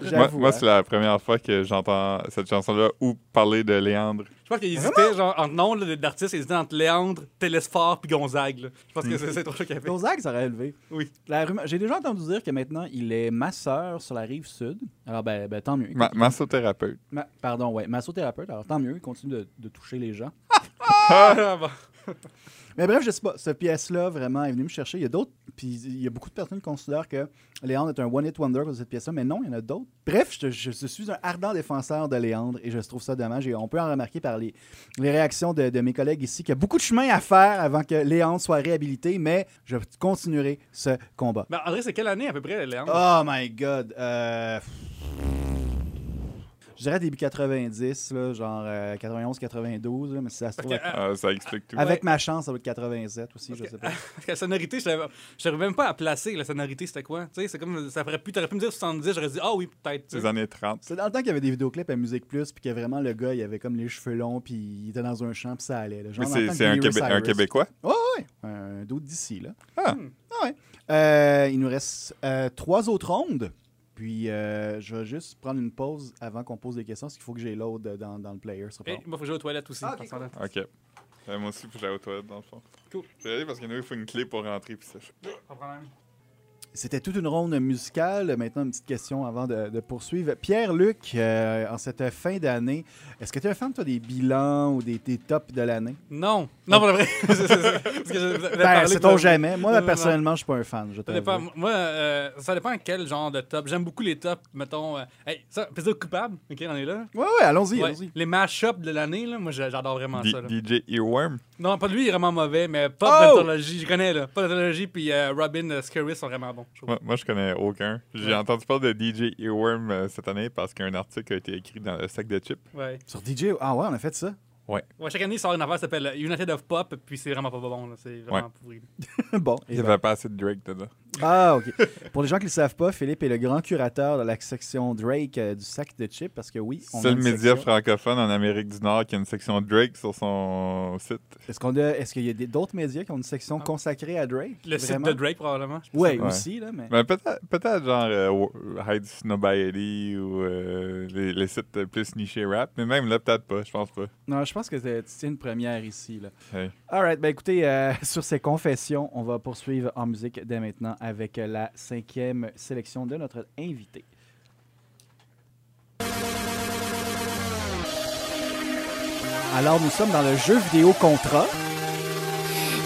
Speaker 3: Moi-
Speaker 1: Moi,
Speaker 3: J'avoue,
Speaker 1: moi,
Speaker 3: hein.
Speaker 1: c'est la première fois que j'entends cette chanson-là ou parler de Léandre.
Speaker 4: Je pense qu'il hésitait genre, entre noms là, d'artistes, il hésitait entre Léandre, Télésphore puis Gonzague. là. Je pense que c'est c'est trop qu'il y avait.
Speaker 3: Gonzague, ça aurait élevé.
Speaker 4: Oui.
Speaker 3: La rumeur- J'ai déjà entendu dire que maintenant, il est masseur sur la rive sud. Alors, ben, ben, tant mieux.
Speaker 1: Ma- massothérapeute.
Speaker 3: Ma- pardon, ouais, massothérapeute. Alors, tant mieux, il continue de, de toucher les gens.
Speaker 4: Ah, bon.
Speaker 3: Mais bref, je sais pas, cette pièce-là, vraiment, est venue me chercher. Il y a d'autres, puis il y a beaucoup de personnes qui considèrent que Léandre est un one-hit wonder pour cette pièce-là, mais non, il y en a d'autres. Bref, je, je- je suis un ardent défenseur de Léandre et je trouve ça dommage. Et on peut en remarquer par les, les réactions de, de mes collègues ici qu'il y a beaucoup de chemin à faire avant que Léandre soit réhabilité, mais je continuerai ce combat.
Speaker 4: Ben, André, c'est quelle année à peu près, Léandre
Speaker 3: Oh my god! Euh... Je dirais début 90, là, genre euh, 91-92, mais si ça se trouve. avec-
Speaker 1: Ah, ça explique tout.
Speaker 3: Avec ma chance, ça va être 87 aussi, je sais pas.
Speaker 4: Parce que La sonorité, je n'arrivais même pas à placer la sonorité, c'était quoi Tu sais, c'est comme ça ferait plus, t'aurais pu me dire 70, j'aurais dit ah oui, peut-être. tu
Speaker 1: Les
Speaker 4: sais.
Speaker 1: années 30.
Speaker 3: C'est dans le temps qu'il y avait des vidéoclips à Musique Plus, puis que vraiment le gars, il avait comme les cheveux longs, puis il était dans un champ, puis ça allait. là.
Speaker 1: Mais
Speaker 3: Genre dans
Speaker 1: c'est
Speaker 3: le temps
Speaker 1: c'est
Speaker 3: de
Speaker 1: un,
Speaker 3: Miley
Speaker 1: Québé- un
Speaker 3: Cyrus.
Speaker 1: Québécois.
Speaker 3: Ouais, ouais, ouais. Un d'autre d'ici, là.
Speaker 1: Ah.
Speaker 3: Ah ouais. Euh, il nous reste euh, trois autres rondes. Puis euh, je vais juste prendre une pause avant qu'on pose des questions, parce qu'il faut que j'ai l'autre euh, dans, dans le player. sur
Speaker 4: Et Eh, moi, faut que j'aille aux toilettes
Speaker 3: Ah,
Speaker 4: aussi. en s'entend.
Speaker 1: OK. Euh, moi aussi, faut que j'aille aux toilettes, dans le fond.
Speaker 4: Cool.
Speaker 1: Je vais aller parce que nous, il faut une clé pour rentrer. Puis ça...
Speaker 3: C'était toute une ronde musicale. Maintenant, une petite question avant de, de poursuivre. Pierre-Luc, euh, en cette fin d'année, est-ce que tu es un fan, toi, des bilans ou des, des tops de l'année?
Speaker 4: Non, non, pour le vrai. C'est- c'est- c'est- parce que je- vous avez
Speaker 3: Ben,
Speaker 4: parlé
Speaker 3: c'est
Speaker 4: que-
Speaker 3: ton jamais. Moi,
Speaker 4: Non, non, non.
Speaker 3: personnellement, je suis pas un fan. Je
Speaker 4: Ça
Speaker 3: t'avoue.
Speaker 4: dépend, moi, euh, ça dépend quel genre de top. J'aime beaucoup les tops, mettons. euh, hey, ça, plaisir coupable, ok, on est là.
Speaker 3: Ouais, ouais, allons-y,
Speaker 4: Ouais,
Speaker 3: allons-y.
Speaker 4: les mash-ups de l'année, là, moi j'a- j'adore vraiment ça. là.
Speaker 1: D- DJ Earworm.
Speaker 4: Non, pas de lui, il est vraiment mauvais, mais Pop
Speaker 3: Oh!
Speaker 4: d'anthologie, je connais là. Pop d'anthologie puis euh, Robin euh, Scary sont vraiment bons. je trouve.
Speaker 1: Moi, moi, je connais aucun. J'ai
Speaker 4: Ouais.
Speaker 1: entendu parler de DJ Earworm euh, cette année parce qu'un article a été écrit dans le sac de chips.
Speaker 4: Ouais.
Speaker 3: Sur DJ, ah ouais, on a fait ça.
Speaker 4: Ouais, chaque année, il sort une affaire qui s'appelle euh, United of Pop, puis c'est vraiment pas bon, là. C'est vraiment
Speaker 1: Ouais.
Speaker 4: pourri.
Speaker 3: bon.
Speaker 1: Il
Speaker 3: et
Speaker 1: n'y
Speaker 3: ben.
Speaker 1: avait pas assez de Drake dedans.
Speaker 3: Ah, ok. Pour les gens qui ne le savent pas, Philippe est le grand curateur de la section Drake euh, du sac de chips, parce que oui, on a
Speaker 1: Seul
Speaker 3: une
Speaker 1: média
Speaker 3: section-
Speaker 1: francophone en Amérique du Nord qui a une section Drake sur son site.
Speaker 3: Est-ce qu'on a- est-ce qu'il y a des- d'autres médias qui ont une section consacrée à Drake
Speaker 4: Ah. Le site
Speaker 3: Vraiment?
Speaker 4: de Drake, probablement.
Speaker 1: Ouais.
Speaker 3: Ouais, aussi là, mais.
Speaker 1: Ben, peut-être, peut-être genre euh, Wo- Hide Snobiety ou euh, les, les sites plus nichés rap, mais même là, peut-être pas, je pense pas.
Speaker 3: Non, je pense que c'est c'est une première ici là.
Speaker 1: Hey.
Speaker 3: Alright, ben écoutez, euh, sur ces confessions, on va poursuivre en musique dès maintenant avec euh, la cinquième sélection de notre invité. Alors, nous sommes dans le jeu vidéo contrat.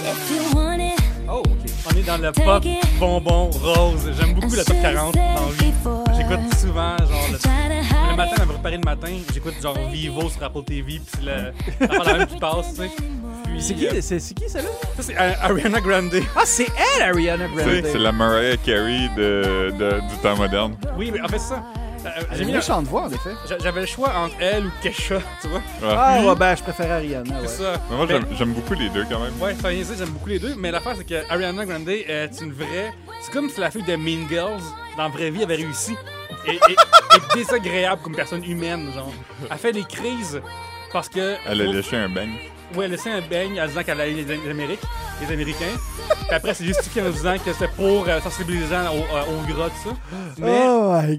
Speaker 6: If you want it,
Speaker 4: Oh, ok. On est dans le pop bonbon rose. J'aime beaucoup le top 40 dans la vie. J'écoute souvent, genre, le
Speaker 6: try to
Speaker 4: Le matin,
Speaker 6: hide
Speaker 4: à me préparer le matin, j'écoute genre Vivo sur Apple TV, puis c'est le- l'affaire la même qui passe, tu sais. Puis,
Speaker 3: C'est qui,
Speaker 4: euh,
Speaker 3: c'est c'est qui celle-là?
Speaker 4: Ça, c'est euh, Ariana Grande.
Speaker 3: Ah, c'est elle, Ariana Grande.
Speaker 1: Tu sais, c'est la Mariah Carey de, de- du temps moderne.
Speaker 4: Oui, mais en fait, c'est ça. Euh,
Speaker 3: Elle
Speaker 4: j'ai
Speaker 3: a
Speaker 4: mis
Speaker 3: Ah, mis
Speaker 4: la-
Speaker 3: le chant de voix, en effet.
Speaker 4: j'a- J'avais le choix entre elle ou Kesha, tu vois.
Speaker 1: Ouais.
Speaker 3: Ah, ouais, ben, je préfère Ariana.
Speaker 4: C'est
Speaker 3: ouais.
Speaker 4: ça.
Speaker 1: Mais moi,
Speaker 4: Mais-
Speaker 1: j'aime, j'aime beaucoup les deux quand même.
Speaker 4: Ouais, ça vient ça, j'aime beaucoup les deux, mais l'affaire c'est que Ariana Grande est une vraie. C'est comme si la fille de Mean Girls, dans la vraie vie, avait réussi. Et, et, est désagréable comme personne humaine, genre. Elle fait des crises parce que.
Speaker 1: Elle a léché un bang.
Speaker 4: Ouais, elle laissait un beigne en disant qu'elle allait les Amériques, les Américains. euh, Puis après, c'est justifié en disant que c'était pour euh, sensibiliser aux au, gras, tout ça. Mais
Speaker 3: Oh my